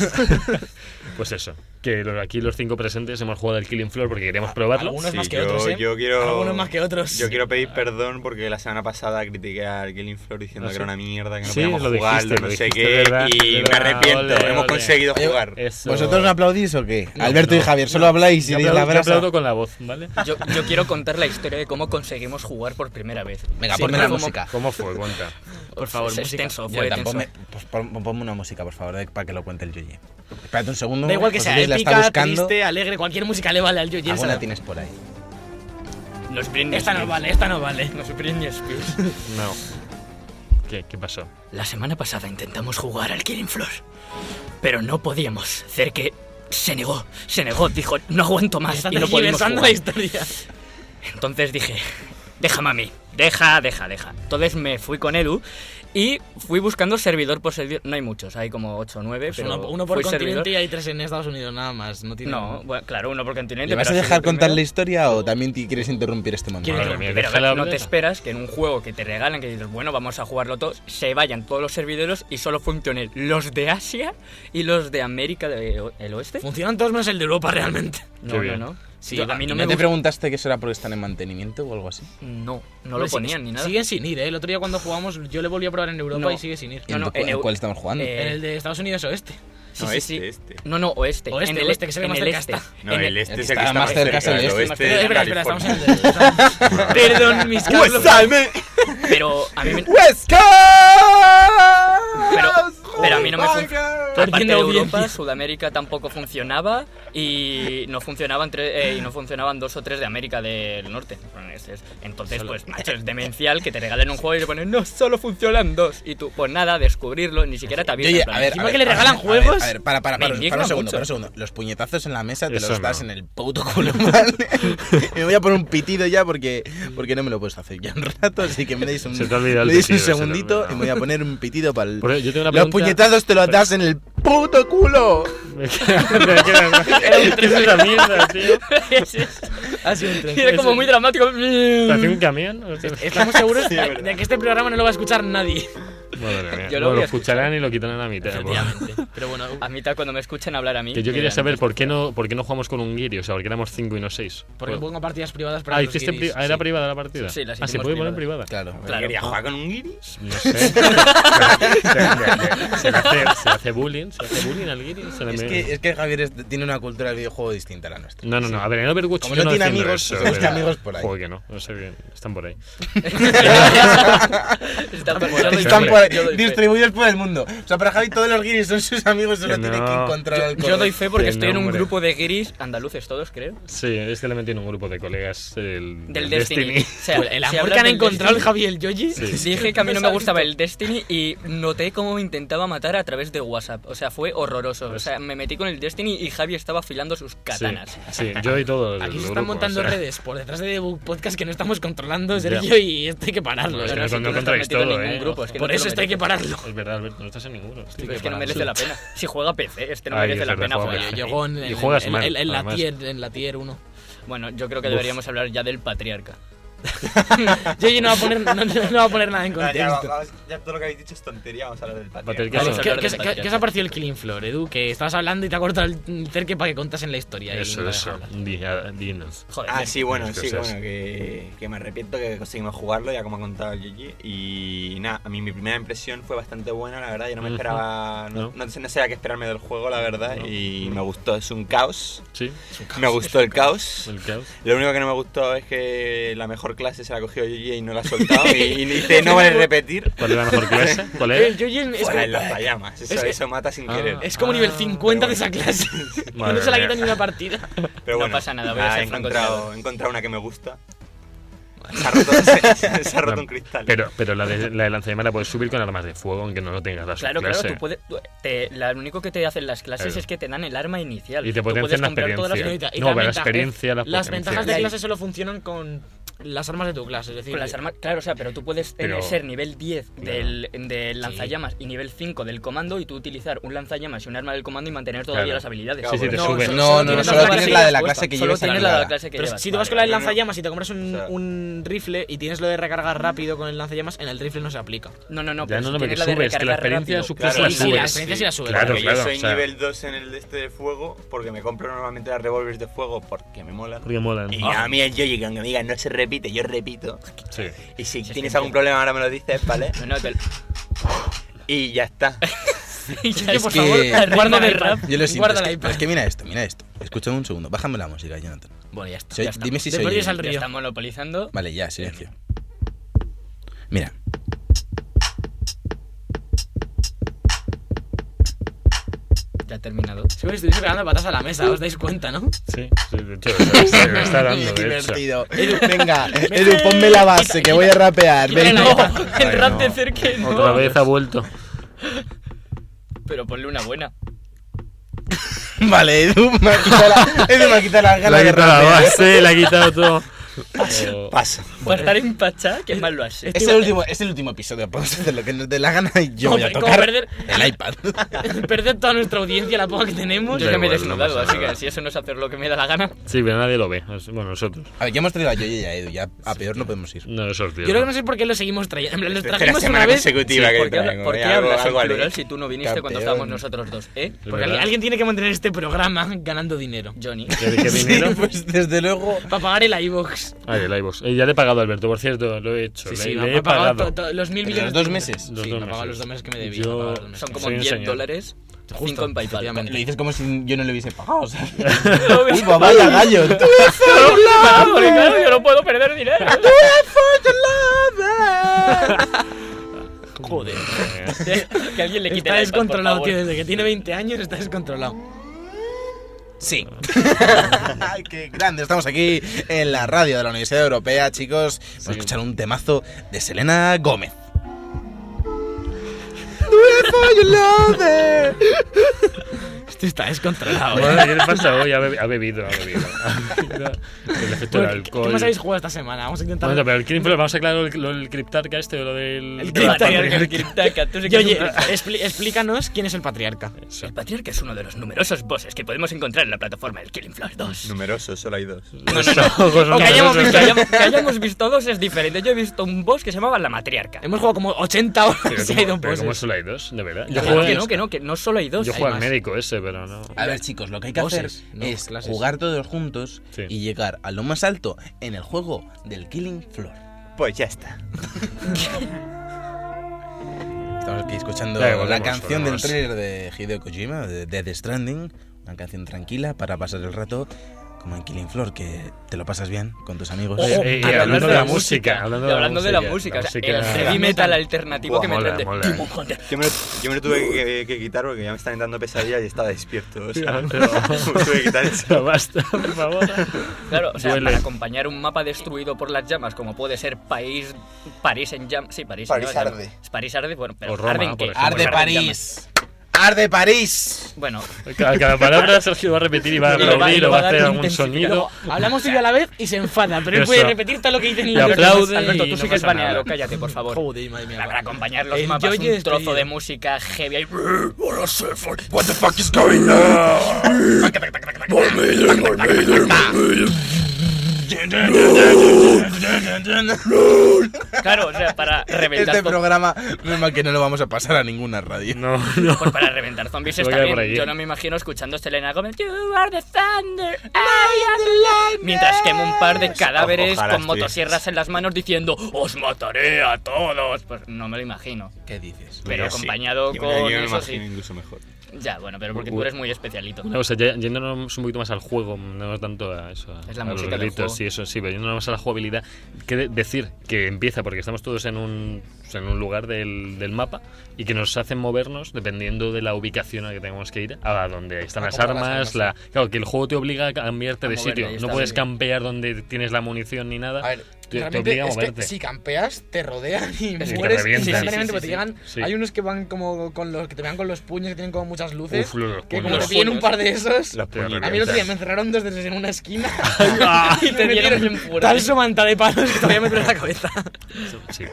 Pues eso. Que lo- aquí los cinco presentes hemos jugado al Killing Floor porque queríamos probarlo.
Ah, Algunos
Sí,
más que
yo-
otros, ¿eh?
yo quiero-
Algunos más que otros.
Yo quiero pedir perdón porque la semana pasada critiqué al Killing Floor diciendo
¿Ah,
que
sí?
era una mierda, que no
Sí,
podíamos
lo dijiste,
jugarlo,
lo
no sé
dijiste,
qué,
¿verdad?
y me
¿verdad?
arrepiento,
Ole,
hemos
ole.
conseguitos
Oye,
jugar.
Eso.
¿Vosotros no aplaudís o qué? Alberto y
no.
Javier, solo habláis y
Yo
deis la
aplaudo, yo
brasa.
aplaudo con la voz, ¿vale?
Yo, yo quiero contar la historia de cómo conseguimos jugar por primera vez.
Venga,
Sí,
ponme
pero
la
como-
música.
¿Cómo fue? Cuenta.
Por favor,
Es
muy
música.
tenso,
Ya,
fue
tampoco
tenso.
me- pues pon- ponme una música, por favor, de- para que lo cuente el Yuji. Espérate un segundo.
Da igual que
José
sea
Luis la
épica,
está buscando.
triste, alegre, cualquier música le vale al Yoyo.
Alguna tienes por ahí.
Los Britney
Ah, Esta no
Spears.
vale, esta no vale.
Los Britney Spears.
No. ¿Qué, qué pasó?
La semana pasada intentamos jugar al Killing Floor, pero no podíamos. Cerque se negó, se negó, dijo, no aguanto más
Están
y no podemos
tergiversando
jugar.
la historia.
Entonces dije, déjame a mí, deja, deja, deja. Entonces me fui con Edu y fui buscando servidor por servidor. No hay muchos, hay como 8 o 9, pero
Pues Uno, uno por
fui
continente
servidor.
y hay tres en Estados Unidos nada más. No tiene.
No, bueno, claro, uno por continente.
¿Le vas a
pero
dejar
así de
contar la
primero.
historia o también te quieres interrumpir este momento?
¿Quieres
Madre mía,
Pero
deja la
no te
hablar.
esperas que en un juego que te regalan, que dices, bueno, vamos a jugarlo todos, se vayan todos los servidores y solo funcionen los de Asia y los de América del Oeste.
Funcionan todos menos el de Europa realmente.
Qué
No, no,
bien.
no.
Sí,
Yo- a mí no, me
te
gusta-
preguntaste que eso era porque están en mantenimiento o algo así?
No, no
Hombre,
lo
sí-
ponían ni nada.
Siguen sin ir, ¿eh? El otro día cuando jugamos, yo le volví a probar en Europa
No.
y sigue sin ir.
No, no,
¿En,
en
el
eu-
cuál estamos jugando?
eh,
En el de Estados Unidos oeste.
Sí,
No,
sí,
este,
sí.
este.
No, no, oeste.
Oeste,
en el
oeste, que se ve
en
más
el
cerca
este.
está.
No,
En
el este
el
es
que
el
está
que está
más
más
cerca
cerca,
es el
el
este.
oeste
Pero,
de
espera, espera, estamos en
California.
el de... estamos- Perdón, mis cabros.
Pero a mí me-
¡West Coast!
Pero- pero a mí no me fun-
Tiger.
Tú aparte de
perdiendo
Europa,
audiencia.
Sudamérica tampoco funcionaba y no funcionaban tres- eh, y no funcionaban dos o tres de América del Norte. Entonces, entonces, pues macho, es demencial que te regalen un juego y te ponen no solo funcionan dos y tú pues nada descubrirlo ni siquiera te
Yo,
avisan.
oye,
en plan,
a ver,
encima
a
que
ver,
le
a ver,
regalan
a ver,
juegos.
A ver, para, para,
me
para, para
indigna
un segundo,
mucho.
para un segundo. Los puñetazos en la mesa te
Eso
los das
no.
en el puto culo, ¿vale? me voy a poner un pitido ya porque, porque no me lo he puesto hace ya un rato, así que me dais un,
Se te ha olvidado el
me dais un
pitido, se te ha
segundito
olvidado.
y me voy a poner un pitido para el.
Por eso, yo tengo una
Los
pregunta-
puñetazos te los das en el puto culo.
Me queda- me queda- ¿Qué es esa mierda, tío?
Ha sido un tren.
Y era como muy dramático.
¿Parece un camión?
Estamos seguros de, de que este programa no lo va a escuchar nadie.
Madre mía.
Yo
Bueno,
lo voy
lo
a
escucharán y lo quitarán a mitad. pues.
Pero bueno,
A mitad cuando me escuchen hablar a mí.
Que yo quería
dirán,
saber por qué no, por qué no jugamos con un guiri, o sea, porque éramos 5 y no 6.
porque pongo partidas privadas para
Ah,
los
hiciste
guiris,
pri- ah, era
sí.
privada la partida.
Sí, las
ah, se
hicimos
puede poner privada. Pues,
privadas.
Claro,
Claro.
¿Quería jugar con un guiris?
No sé. se, le hace, se le hace- se le hace bullying, se le hace bullying al guiri. se le
Es
me-
que, es que Javier es- tiene una cultura del videojuego distinta a la nuestra.
No, no, no. A ver, en Overwatch
Como
yo
no tiene
defiendo
amigos,
eso,
se busca
pero-
amigos por ahí.
Joder, que no. No sé bien. Están por ahí.
Están por- yo doy
Están
fe,
por ahí,
yo doy fe.
distribuidos por el mundo. O sea, para Javi todos los guiris son sus amigos, solo
Que
tiene
no.
que encontrar al
Yo doy fe porque
Qué
estoy en un
nombre.
grupo de guiris andaluces todos, creo.
Sí, es que le metí en un grupo de colegas el,
Del
el
Destiny. O sea,
El
si
amor
hablas
que han
del
encontrado el
Destiny-
Javi y el Yoyi.
Dije que a mí no me gustaba el Destiny y noté cómo me intentaba matar a través de WhatsApp. O sea, fue horroroso. O sea, me metí con el Destiny y Javi estaba afilando sus
Sí,
katanas.
sí, yo y todos.
Aquí
el
se
grupo,
están
o
montando
sea.
redes por detrás de podcast que no estamos controlando, Sergio, y esto hay que pararlo.
No, es Pues que
¿eh?
no-
si tú
no
estás
controláis
metido en
todo,
ningún
¿eh?
grupo, es que no
Por
te lo
eso esto hay pues que
mereces.
pararlo.
Es verdad, Alberto, no estás en ninguno. Estoy
Pero es que
preparado.
no merece la pena. Si juega PC, este no
Ay,
merece
es
la
verdad,
pena
juega
jugar.
PC.
Llegó en,
Y
en-
juegas
en-
mal,
en- en la
además.
tier, en la tier 1.
Bueno, yo creo que deberíamos hablar ya del patriarca.
Yoyi no va a poner, no, no va a poner nada en
Ya, ya,
contexto.
vamos- ya todo lo que habéis dicho es tontería, vamos a hablar del
Patriarca.
patriarca.
Vamos
Vale,
a
¿Qué,
hablar
qué-
del
qué-
patriarca.
qué os ha parecido el Killing Floor, Edu? Que estabas hablando y te ha cortado el terque para que contasen la historia. y no
Eso,
la
eso.
dejas hablar.
Di- a- Dinos.
Joder.
Ah, sí, bueno,
Muchas
sí,
cosas.
bueno, que, que me arrepiento que conseguimos jugarlo, ya como ha contado Gigi. Y nada, a mí mi primera impresión fue bastante buena, la verdad. Yo no me
Ujú.
esperaba, no,
No.
no, sé- no sabía qué esperarme del juego, la verdad.
No.
Y me gustó, es un caos.
Sí,
Me gustó el caos.
el caos.
Lo único que no me gustó es que la mejor clase se la cogió Gigi y no la ha soltado. y, y dice, no vale repetir.
¿Cuál es la mejor clase? ¿Cuál
El
Eh,
es?
Yoyi es,
Fuera en las payamas, eso,
es-
eso mata sin
Ah.
querer.
es como
Ah,
nivel 50 de
pero
esa clase. Y no
Madre
se la
mía.
quita ni una partida.
Pero
No
bueno,
pasa nada, voy a
ah,
ser
he encontrado,
francotirador.
he encontrado una que me gusta. Se ha roto, se- se ha roto un cristal.
Pero, pero la de, la de lanzallamas la puedes subir con armas de fuego, aunque no lo tengas la
Claro,
subclase.
claro, tú puedes. tú- te- la- lo único que te hacen las clases
Claro.
es que te dan el arma inicial.
Y te
Tú
potencian
puedes
la
comprar todas las
experiencia.
unidades.
Y
No, pero la
ventajas-
experiencia la
Las
potencia.
ventajas de
Claro.
clase solo funcionan con las armas de tu clase. Es decir,
Con las armas, claro, o sea, pero tú puedes tener,
Pero-
ser nivel 10 del, del lanzallamas y nivel 5 del comando y tú utilizar un lanzallamas y un arma del comando y mantener todavía
Claro.
las habilidades.
Sí, sí, te
No,
sube.
eso-
No, no,
Solo
no,
tienes
solo
la
tienes
clase
la
y
de
la
la
respuesta.
clase que
Solo
llevas
tienes la de la
anulada.
clase que
Pero
llevas.
si tú vas
vale,
con la de
no, no.
lanzallamas y te compras un,
O sea-
un rifle y tienes lo de recargar rápido con el lanzallamas, en el rifle no se aplica.
No, no, no,
Ya
pero
no,
si
no, porque
tienes la
subes,
de
que la
recargar
experiencia de
rápido.
subclase
Claro,
la
sí,
subes.
la
experiencia sí la subes.
Claro,
Porque
claro.
yo soy
o sea,
nivel 2 en el de este de fuego porque me compro normalmente las revólveres de fuego porque me molan.
Porque molan.
Y a mí el Yoyi, que aunque me digan no se repite, yo repito.
Sí.
Y si
Sí,
tienes
sí,
algún
sí.
problema ahora me lo dices, ¿vale?
No, no, te-
Y ya está.
Ya
Es
está.
que-
Guarda
Guárdame
el
el
rap.
rap. pues,
Yo lo siento.
Guarda
Es
la
que,
iPad.
es que mira esto, mira esto. Escúchame un segundo. Bájame la música, Jonathan.
Bueno, ya está.
Soy-
ya está.
dime si
De
soy.
perdidos al
Ya
río.
está monopolizando.
Vale, ya, silencio. Mira.
Ya ha terminado.
Si me estuviese pegando patas a la mesa, os dais cuenta, ¿no?
Sí, sí, de hecho, se- se me está dando, de hecho.
divertido. Edu, venga, Edu, ponme la base que voy a rapear.
Quítale la
Venga.
guitarra.
el rap de cerca no.
Otra vez ha vuelto.
Pero ponle una buena.
Vale, Edu me ha quitado la, Edu me ha quitado las
Le ha
ganas de
quitado la
rapear.
base, le ha quitado todo. Oh,
Pasa.
Por estar en Pachá, que mal lo has hecho.
Es el, último, es el último episodio, podemos hacer lo que nos dé la gana y yo voy a
Como- como
tocar
perder-
el iPad.
Perder toda nuestra audiencia, la poca que tenemos.
Yo ya me he
Da igual, no
desnudado,
pasa
así
nada.
que si eso no es hacer lo que me da la gana.
Sí, pero nadie lo ve. Es- Bueno, nosotros.
A ver, ya hemos traído a Yoyi y a Edu, ya a peor no podemos ir.
No, eso es
Yo
cierto.
creo que no sé por qué lo seguimos trayendo. En plan, los
Tercera
trajimos
semana
una vez.
consecutiva que
¿Por qué,
traigo,
habla- por
eh,
qué
algo-
hablas en
algo haré.
plural si tú no viniste cuando
Campeón.
estábamos nosotros dos, eh?
Es
Porque
verdad.
alguien tiene que mantener este programa ganando dinero.
Johnny.
¿Qué- qué dinero?
Sí, pues desde luego.
Para pagar el iVox.
Ay, el iVoox. Eh, ya le he pagado a Alberto, por cierto, lo he hecho. le,
Sí, sí,
le
me
he
ha pagado
pagado.
to- to- los mil
¿En
millones.
los dos meses?
Los
sí,
dos
me ha pagado los dos meses que me debía.
Yo-
me ha pagado los meses.
Son como
Soy un
10
señor.
dólares,
Justo,
5 en PayPal.
efectivamente.
Lo dices como si yo no le hubiese pagado, ¿sabes?
No,
Uy, papá, la gallo. Tú eres
Ah, porque claro, yo no puedo perder dinero.
fucking lover.
Joder.
que alguien le quite
Está
el iPad, por
descontrolado,
favor.
tío. Desde que tiene 20 años está descontrolado.
Sí. Ay, ¡Qué grande! Estamos aquí en la radio de la Universidad Europea, chicos. Vamos a escuchar un temazo de Selena Gómez.
Esto está descontrolado. eh.
Bueno, ¿Qué le pasa hoy? Ha be- ha bebido, ha bebido. Ha bebido. El efecto del
Bueno, ¿qué-
alcohol.
¿Qué más habéis jugado esta semana? Vamos a intentar.
Bueno, pero el crimen, vamos a aclarar el, lo del criptarca este o lo del.
El
El
criptarca.
patriarca, el criptarca, tú sí que
Y oye,
eres un criptarca.
expli- explícanos quién es el patriarca.
Eso.
El patriarca es uno de los numerosos bosses que podemos encontrar en la plataforma del Killing Floor 2.
Numerosos, solo hay dos.
Los ojos
O que, hayamos
numerosos.
visto, hayamos- que hayamos visto dos es diferente. Yo he visto un boss que se llamaba la matriarca.
Hemos jugado como 80 horas
Pero
y hay
como-
dos
Pero como
bosses.
solo hay dos, de verdad.
Que
Yo
no,
juego,
que no, que no, que no solo hay dos.
yo
hay
juego al
más.
médico ese, pero no.
A ver, chicos, lo que hay que
Voces,
hacer
no,
es
clases.
jugar todos juntos
Sí.
y llegar a lo más alto en el juego del Killing Floor.
Pues ya está.
Estamos aquí escuchando
Ya, volvemos,
la canción
volvemos.
del trailer de Hideo Kojima, de Death Stranding. Una canción tranquila para pasar el rato, como en Killing Floor, que te lo pasas bien con tus amigos.
Eh,
Ojo,
eh,
Oh, hablando
hablando
de
de la
la
música.
Y hablando de la música, o sea, el heavy metal alternativo
Buah,
que me
mola,
traen de
mola.
Demon Hunter.
Yo me, lo, yo me lo tuve que, que quitar porque ya me están entrando pesadillas y estaba despierto. O sea,
No.
me tuve que quitar eso.
Pero basta, por favor.
Claro, o sea,
Duele.
para acompañar un mapa destruido por las llamas, como puede ser País, París en llamas. Sí, París, en
París
llamas,
arde.
llamas. París arde, bueno, pero
O Roma,
arde en
por
qué?
ejemplo. Arde
¡Arde
llamas.
París! ¡Arde París!
Bueno,
Cada, cada palabra Sergio va a repetir y va a
Y lo va-
aplaudir
y lo
o va a
va a
hacer
dar
algún
intensificar.
sonido.
Luego, hablamos tú y yo a la vez y se enfada, pero él
Eso.
puede repetir todo lo que dicen
Y
y yo creo que
aplaude
más-
Alberto,
y
tú
no
sí que es
pasa nada.
baneado, cállate, por favor.
Joder, madre mía.
Para
va.
acompañar los
El
mapas,
yo-yo
un
es
trozo
frío.
de música heavy. ahí.
What the fuck is going on?
Claro, o sea, para reventar,
Este
zom-
programa, menos mal que no lo vamos a pasar a ninguna radio.
No, no.
pues para reventar zombies
Se va a
está
quedar por
bien.
allí.
Yo no me imagino escuchando a Selena Gomez. You are the thunder, I am the lightning. Mientras quemo un par de cadáveres
Ojalá
con
estuviese.
motosierras en las manos diciendo Os mataré a todos. Pues no me lo imagino.
¿Qué dices?
Pero
Yo sí.
acompañado
Yo me-
con
yo me
eso sí.
imagino incluso mejor.
Ya, bueno, pero porque
Uh,
tú eres muy especialito.
No, o sea, ya- yéndonos un poquito más al juego, no tanto a eso. a-
Es la
a
música
los
del
gritos
juego.
y eso, sí, pero yéndonos más a la jugabilidad. Que de- decir que empieza porque estamos todos en un, o sea, en un lugar del, del mapa y que nos hacen movernos dependiendo de la ubicación a la que tengamos que ir, a donde están
A
las
comprar
armas.
las armas,
la, claro, que el juego te obliga a cambiarte
A
de
moverte,
sitio.
ahí
No
está,
puedes
sí.
campear donde tienes la munición ni nada.
A ver,
te, te
realmente
obliga a
es que
moverte.
si campeas, te rodean y
te revientan.
mueres
Sí, sí, sí,
instantáneamente porque te
sí.
llegan.
Sí.
Hay unos que van como con los que te vean con los puños que tienen como muchas luces.
Uf, los
que como
puños.
te piden un
Los
par de esos.
Los
Te
puñetes.
A mí el otro día me encerraron dos desde una esquina.
Y te dieron bien fuerte.
Tal somanta de palos que todavía me duele la cabeza.
Sí.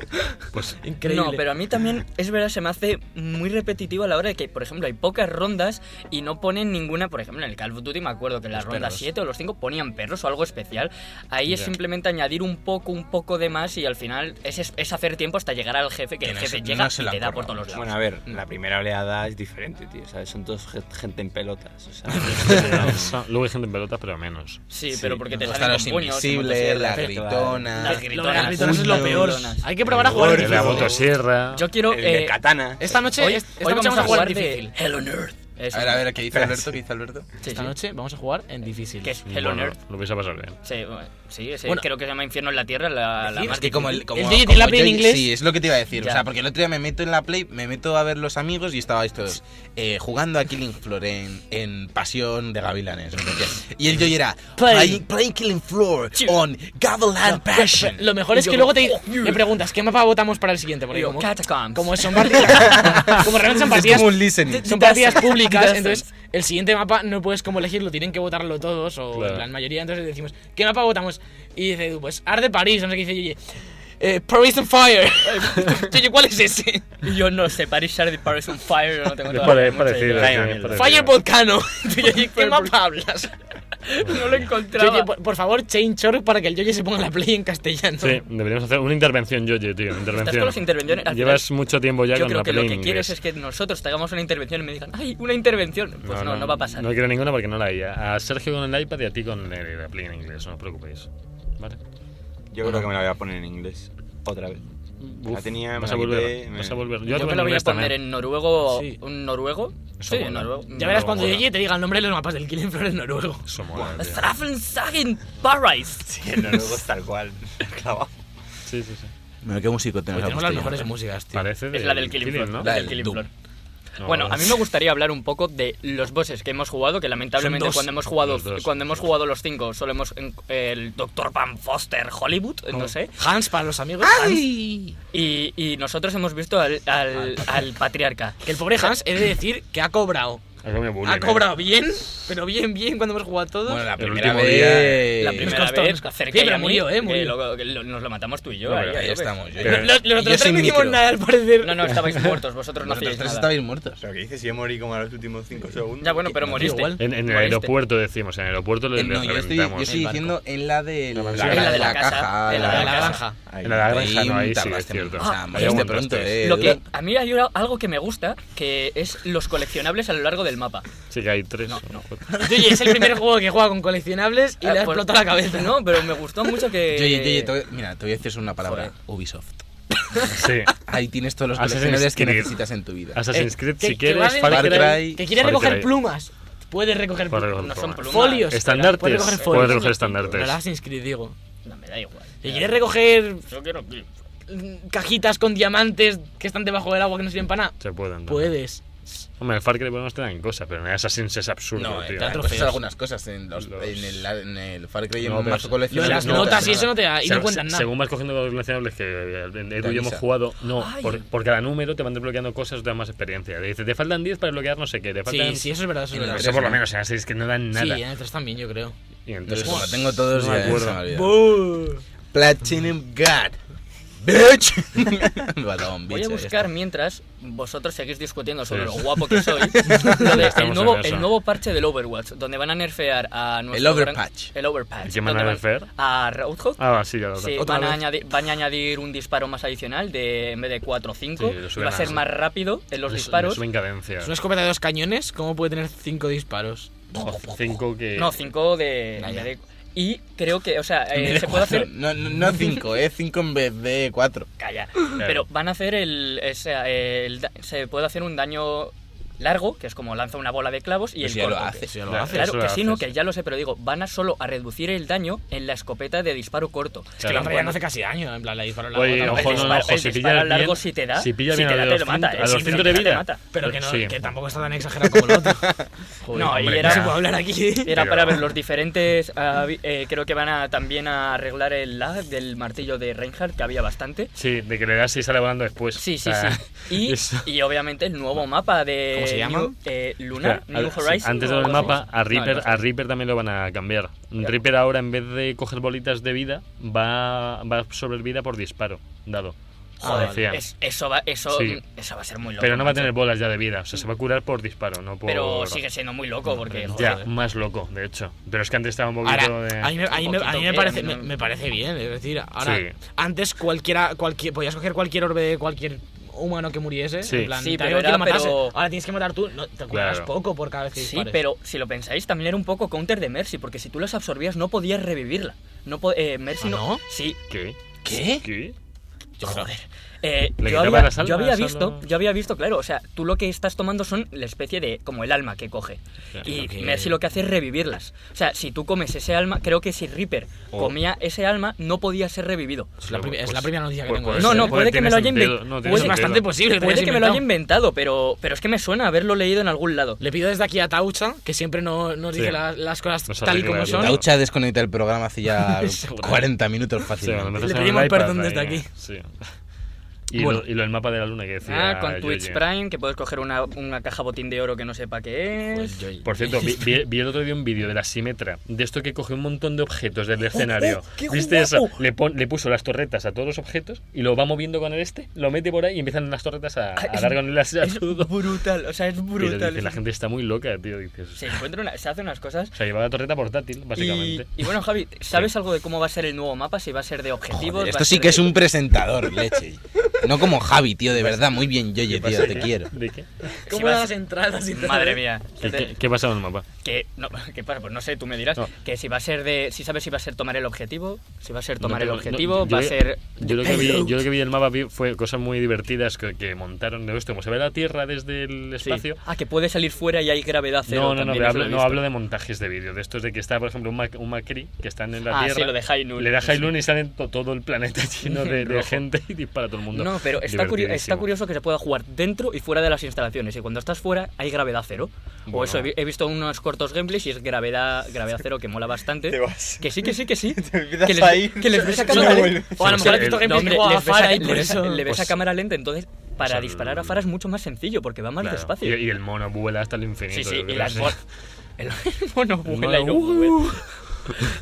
Pues
Increíble.
No, pero a mí también, es verdad, se me hace muy repetitivo a la hora de que, por ejemplo, hay pocas rondas y no ponen ninguna. Por ejemplo, en el Call of Duty me acuerdo que en la
Los
ronda
perros.
7 o los 5 ponían perros o algo especial. Ahí es
Ya.
simplemente añadir un poco, un poco de más y al final es, es- es hacer tiempo hasta llegar al jefe, que,
Que
el
no
jefe
se-
llega
no se
y
la
te da
han
por
currado.
todos los lados.
Bueno, a ver, la primera oleada es diferente, tío. ¿sabes? Son todos ge- gente en pelotas. O sea,
eso. luego hay gente en pelotas, pero menos.
sí, pero porque te
Están
salen
los
con puños. y
invisibles, la
motosierras.
gritona.
Las
Lo de las
gritonas.
gritonas es lo
Uy,
peor.
gritonas.
Hay que probar a jugar
Pobre
la
difícil.
Raboto.
motosierra.
Yo quiero.
el de
eh,
katana.
Esta noche,
hoy,
es- esta
hoy
noche vamos a jugar
de
difícil.
Hell on Earth. Eso.
A ver, a ver, ¿qué dice
Espera,
Alberto? ¿Qué dice Alberto?
Sí,
Esta
sí.
noche vamos a jugar en difícil.
Que es Hell on
Bueno,
Earth.
lo vais a pasar bien.
Sí, bueno, sí, sí,
Bueno.
creo que se llama Infierno en la Tierra, la, la
Decir,
más
Es que como el,
difícil.
como,
El DJ
como
la play en
yo-
inglés.
Sí, es lo que te iba a decir.
Ya.
O sea, porque el otro día me meto en la play, me meto a ver los amigos y estabais todos eh, jugando a Killing Floor en, en Pasión de Gavilanes. no sé qué. Y el yo era
Play.
playing, playing Killing Floor on Gavilan Passion.
Lo mejor es que luego te, me preguntas, ¿qué mapa votamos para el siguiente? Porque
Digo,
como,
Catacombs.
como son partidas, como realmente son
Es
partidas,
como un listening.
son partidas
Dozens.
públicas,
Dozens.
entonces el siguiente mapa no puedes como elegirlo, tienen que votarlo todos o
Claro.
la mayoría, entonces decimos, ¿qué mapa votamos? Y dice, tú, pues Arde París, no sé qué dice, Yuye, eh, Paris on Fire. Yuye, ¿cuál es ese?
Y Yo no sé, Paris Shard y Paris on Fire, no tengo
Es
toda
pare-
la mucha
parecido,
idea.
sí,
Ay,
es
mierda.
Fire
parecido.
Volcano. Yuye, ¿qué mapa hablas?
No lo
Yuye,
encontraba.
por, por favor, change org para que el Yoye se ponga la play en castellano.
Sí, deberíamos hacer una intervención, Yoye, tío. Intervención.
con las intervenciones, al
Llevas
final,
mucho tiempo ya
Yo
con
creo
la
que lo
play
que
en
quieres
inglés.
es que nosotros te hagamos una intervención y me digan, ¡ay, una intervención! Pues no, no, va a pasar.
No quiero ninguna porque no la hay. A Sergio con el iPad y a ti con el- la play en inglés, no os preocupéis. ¿Vale?
Yo creo que me la voy a poner en inglés. Otra vez.
Uf,
La tenía, me
vas
la
a volver.
quité, me-
Vas a volver. Yo,
Yo
tengo
me la voy a
inglés
poner
también.
en noruego.
Sí.
¿Un noruego?
Eso
Sí, en
mola.
noruego.
Ya verás
No,
cuando
mola.
Yoye te diga el nombre de los mapas del Killing Floor en noruego.
Eso mola, tío.
Straffensagen Paris.
Sí, el noruego es tal cual. Clavado.
Sí, sí, sí.
Bueno, qué músico
Hoy
tenemos. a
Pues tenemos las
postillo,
mejores
¿verdad?
músicas, tío.
Parece
Es
del
la del Killing Floor.
¿no?
La
es del
del
Killing
Doom.
Floor.
No,
Bueno, a
es-
mí me gustaría hablar un poco de los bosses que hemos jugado, que lamentablemente
dos.
cuando hemos jugado
Los dos,
cuando hemos
los dos.
jugado los cinco solo hemos en- el Dr. Van Foster Hollywood,
Oh.
no sé,
Hans para los amigos.
y, y nosotros hemos visto al, al, al patriarca.
Hans. Que el pobre Hans he de decir que ha cobrado.
Ha comido bullying,
Ha
¿eh?
cobrado bien, pero bien, bien cuando hemos jugado todos.
Bueno, la
El
primera
último
vez.
Eh, La
primera-
primera
costó,
vez
nos costó.
cerca
Sí,
y
pero
a mí,
murió, eh, murió.
que lo- que lo- nos lo matamos tú y yo.
No,
ahí,
pero
ahí,
Ahí
ahí.
estamos. Yo,
Pero-
Los- los otros
yo
tres
sin
no hicimos
micro.
nada, al parecer.
No, no, estabais muertos, vosotros no
Vosotros
hacíais
tres
nada.
estabais muertos.
Lo que dices, yo morí como a los últimos 5 segundos.
Ya bueno, pero
No,
moriste.
igual.
En, en el
Moriste.
aeropuerto decimos, en el aeropuerto le,
Eh,
le
no, yo estoy, yo
reventamos.
estoy diciendo en la de la,
mansión. En la de
la casa, en
La,
la
la,
de la
granja.
Ahí.
En la granja,
Ahí
no, ahí sí, es
tardaste
cierto.
mucho. O sea,
Ah,
moriste
ahí
pronto,
aguantaste.
eh.
Lo que
Edu.
a mí hay una- algo que me gusta, que es los coleccionables a lo largo del mapa.
Sí, que hay tres.
No,
¿no?
Yoye, es el primer juego que juega con coleccionables y
Ah,
le ha
pues-
explotado la cabeza.
No, pero me gustó mucho que...
Yo, yo, yo,
Eh,
yo, te- mira, te voy a decir solo una palabra. Ubisoft.
Sí.
Ahí tienes todos los
Assassin's
coleccionables que
Creed.
necesitas en tu vida.
Assassin's Creed,
que-
si
que
quieres,
van-
Far
Far
Cry.
Que quiere
Far
recoger
Cry.
plumas. Puede recoger
Para
plumas.
recoger
No son
plumas.
plumas.
Folios.
Estandartes.
Puede recoger
Puede
folios.
recoger estandartes.
No las inscribí, digo.
No, me da igual.
Que quiere recoger
Yo quiero que-
mm, cajitas con diamantes que están debajo del agua que no sirven para nada.
Se pueden. ¿no?
Puedes.
Hombre, en Far Cry podemos tener cosas, pero en Assassin's es absurdo,
No, eh,
tío.
te han
Trofeos.
puesto algunas cosas en, los-
Los-
en, el, en el Far Cry y
No,
en
pero-
más
Lo de
coleccionables.
las
no,
notas
pasa
y eso no te da, y
Se-
no cuentan
se-
nada.
Según vas cogiendo los coleccionables que eh, Edu y yo hemos
avisa.
jugado, no,
Ay.
por, por cada número te van desbloqueando cosas, te dan más experiencia. Te dice, te faltan 10 para bloquear no sé qué, te faltan.
Sí, sí, eso es verdad, eso es
en el
verdad.
Eso por lo
¿no?
menos, o sea, es que no dan
Sí,
nada.
en el 3 también, yo creo.
Y entonces,
Entonces, como
pues,
tengo todos
no me
ya,
¿eh? acuerdo.
se me ha olvidado.
¡Buh!
Platinum God. Bitch. Balón,
Voy
bitch,
a
ahí
buscar
está.
mientras vosotros seguís discutiendo sobre
Sí.
lo guapo que soy. lo de el,
Estamos
nuevo,
en eso.
el nuevo parche del Overwatch, donde van a nerfear a nuestro. gran-
Overpatch.
El Overpatch.
¿Y quién van a
donde
nerfear?
A Roadhog.
Ah, va, sí, ya lo
Sí,
otra
van, a
vez.
añadir, van a añadir un disparo más adicional de en vez de 4 o 5.
Sí, lo suben
va a
a-
ser más rápido en los
Le su- le
disparos.
Suben cadencia.
Es una escopeta de dos cañones, ¿cómo puede tener cinco disparos?
O Cinco que.
No, 5 de, en
Vaya.
vez de- Y creo que, o sea, eh,
En vez de
se puede
cuatro,
hacer.
No, no, no cinco, eh. Cinco en vez de cuatro.
Calla. Pero van a hacer el, o sea, el da- Se puede hacer un daño largo, que es como lanza una bola de clavos y
Eso Pues ya
el
lo
corto, que-
hace, eso ya
Pues lo
Claro,
hace,
claro
eso
que
lo
sí, no,
hace.
que ya lo sé, pero digo, van a solo a reducir el daño en la escopeta de disparo corto.
Claro.
Que la otra ya no
Bueno.
hace casi daño, en plan, la disparo en la
Oye,
gota,
ojo,
pero-
no, no,
disparo-
ojo,
el
si
disparo
pilla
largo
bien-
si te da,
si pilla
si
bien
te da,
a
te
los
lo mata,
100,
eh,
a
si
los
te
100 de
da, te
vida.
mata.
Pero que no,
Sí.
que tampoco está tan exagerado como el otro. Joder,
No, y
hombre,
era-
no se puede hablar aquí.
Era
Pero-
para ver los diferentes. ah, vi- eh, creo que van a también a arreglar el lag del martillo de Reinhardt, que había bastante.
Sí, de que le das y sale volando después.
Sí, sí,
O sea,
sí. Y,
Ah, eso.
y obviamente el nuevo mapa de.
¿Cómo se llama?
New- eh, Lunar,
Espera,
New
al- sí,
Horizons.
antes
o
del
algo así.
mapa, a
No,
Reaper,
no,
a Reaper también lo van a cambiar. Reaper ahora, en vez de coger bolitas de vida, va, va a absorber vida por disparo dado.
Joder,
Decían.
es- eso, va, eso,
Sí.
eso va a ser muy loco.
Pero no va a
macho.
tener bolas ya de vida. O sea, se va a curar por disparo, no por...
Pero sigue siendo muy loco porque.
Mm, Ya,
joder.
más loco, de hecho. Pero es que antes estaba un poquito
Ahora,
de...
a mí, me- a mí me- a mí me
Poquito
parece,
bien,
me,
¿no?
me parece bien, es decir, ahora,
Sí.
antes cualquiera, cualquier, podías coger cualquier orbe de cualquier humano que muriese,
Sí.
en plan,
Sí,
"Te
pero
digo que lo
era-
matase".
pero-
ahora tienes que matar tú, no, te curarás
Claro.
poco por cada vez que
Sí,
dispares.
pero si lo pensáis, también era un poco counter de Mercy, porque si tú las absorbías no podías revivirla. No po- eh, Mercy
¿Ah, no?
Sí,
¿Qué?
¿Eh?
¿Qué?
¿Qué?
Joder. Eh,
Le
yo,
quitaba
había,
las almas
yo había
a
visto,
los-
yo había visto, claro, o sea, tú lo que estás tomando son la especie de, como el alma que coge.
Claro.
Y
que-
Mercy lo que hace es revivirlas. O sea, si tú comes ese alma, creo que si Reaper
Oh.
comía ese alma, no podía ser revivido.
Es la, prim- es la primera noticia que
Pues
tengo.
puede
¿eh? Pues
No,
ser,
no, puede que
tiene
me lo haya
sentido,
inven-
no, tiene
puede-
es
sentido.
bastante posible que, te
Puede
hayas
que me lo haya
inventado.
inventado, pero, pero es que me suena haberlo leído en algún lado.
Le pido desde aquí a Taucha, que siempre no, nos
Sí.
dice la- las cosas
Nos
tal y
arregla
como
la
son.
vida.
Taucha desconecta el programa hace ya 40 minutos
Sí, cuando
fácilmente.
metes
Le
en el
pedimos
iPad
perdón
ahí,
desde aquí.
sí. Y,
Bueno.
lo, y lo del mapa de la luna que decía...
Ah, con Twitch
Yoye.
Prime, que puedes coger una, una caja botín de oro que no sepa qué es.
Por cierto, vi, vi- vi el otro día un vídeo de la Simetra, de esto que coge un montón de objetos del escenario. ¿Viste eso? Le, pon- le puso las torretas a todos los objetos y lo va moviendo con el este, lo mete por ahí y empiezan las torretas a,
Ah,
a
es-
dar con el ase a
Es
todo.
brutal, o sea, es
Y le
brutal.
dices, la gente está muy loca, tío. Dices,
Se encuentra una, se hace unas cosas
O sea, lleva la torreta portátil,
Y,
básicamente.
y bueno, Javi, ¿sabes algo de cómo va a ser el nuevo mapa? Si va a ser de objetivos.
Joder,
va
esto
a
sí
ser
que
de-
es un presentador, leche. No como Javi, tío, de verdad. Muy bien, Yoye, tío,
pasa?
te
¿Qué?
quiero.
¿De qué?
Si
¿Cómo
vas-
eran las entradas y tal?
Madre mía.
¿Qué, qué- qué pasa en el mapa?
Que, no, ¿Qué pasa? Pues no sé, tú me dirás
No.
que si va a ser de. Si sabes si va a ser tomar el objetivo, si va a ser tomar
No tengo-
el objetivo,
no, yo-
va a ser.
Yo lo, que vi, yo lo que vi del mapa vi- fue cosas muy divertidas que, que montaron de esto. Como se ve la Tierra desde el
Sí.
espacio.
Ah, que puede salir fuera y hay gravedad cero.
No, no, no,
también,
pero hablo,
eso lo he
no
visto.
hablo de montajes de vídeo. De estos de que está, por ejemplo, un, Mac- un Macri que están en la
Ah, sí,
Tierra.
lo de High Noon.
Le da High
Sí.
Noon y sale to- todo el planeta lleno de, de
Rojo.
gente y dispara a todo el mundo.
No, pero está, curio- está
Divertidísimo.
curioso que se pueda jugar dentro y fuera de las instalaciones. Y cuando estás fuera, hay gravedad cero. O
Bueno.
eso, he, vi- he visto unos cortos gameplays y es gravedad, gravedad cero que mola bastante.
Te vas.
Que sí, que sí, que sí.
Te empiezas
que les,
a ir.
que les ves a
No
cámara
vuelves.
lenta. O a lo
Sí,
mejor has
el-
visto
no,
hombre,
gameplays que
les
juega a
ves
Fara
a-
y por
pues-
eso le ves a
pues-
cámara lenta. Entonces, para
sea,
disparar a Fara es mucho más sencillo porque va más
Claro.
despacio.
Y, y el mono vuela hasta el infinito.
Sí, sí,
yo
y
creo,
las
sí.
bol- El mono vuela y no
Uh.
vuela.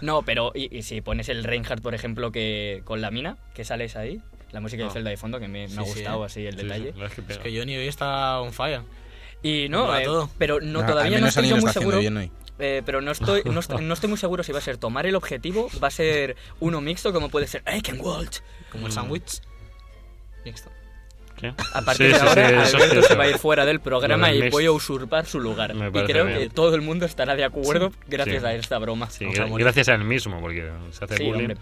No, pero y, y si pones el Reinhardt, por ejemplo, que con la mina, que sales ahí, la música de
Ah.
Zelda de fondo, que me, me ha
Sí, sí.
gustado así el
Sí, sí,
detalle.
la verdad es que
Es
pega.
que Johnny hoy está on fire.
Y no,
Mola
eh,
todo.
pero no,
Ah, al
todavía no
menos
estoy
alguien
yo
lo
muy
está
seguro.
haciendo bien hoy.
eh, pero no estoy, no, est- no estoy muy seguro si va a ser tomar el objetivo, va a ser uno mixto, como puede ser Eichenwald.
Como el
Mm.
sándwich. Mixto.
¿Qué?
A partir
Sí,
de
sí, sí,
ahora,
eso es
Alberto se
cierto.
va a ir fuera del programa
Lo del
y
mixto.
voy a usurpar su lugar.
Me
Y
parece
creo
bien.
que todo el mundo estará de acuerdo gracias
Sí.
a esta broma.
Sí,
Vamos a
gra-
morir.
gracias a él mismo, porque se hace
Sí,
bullying.
hombre.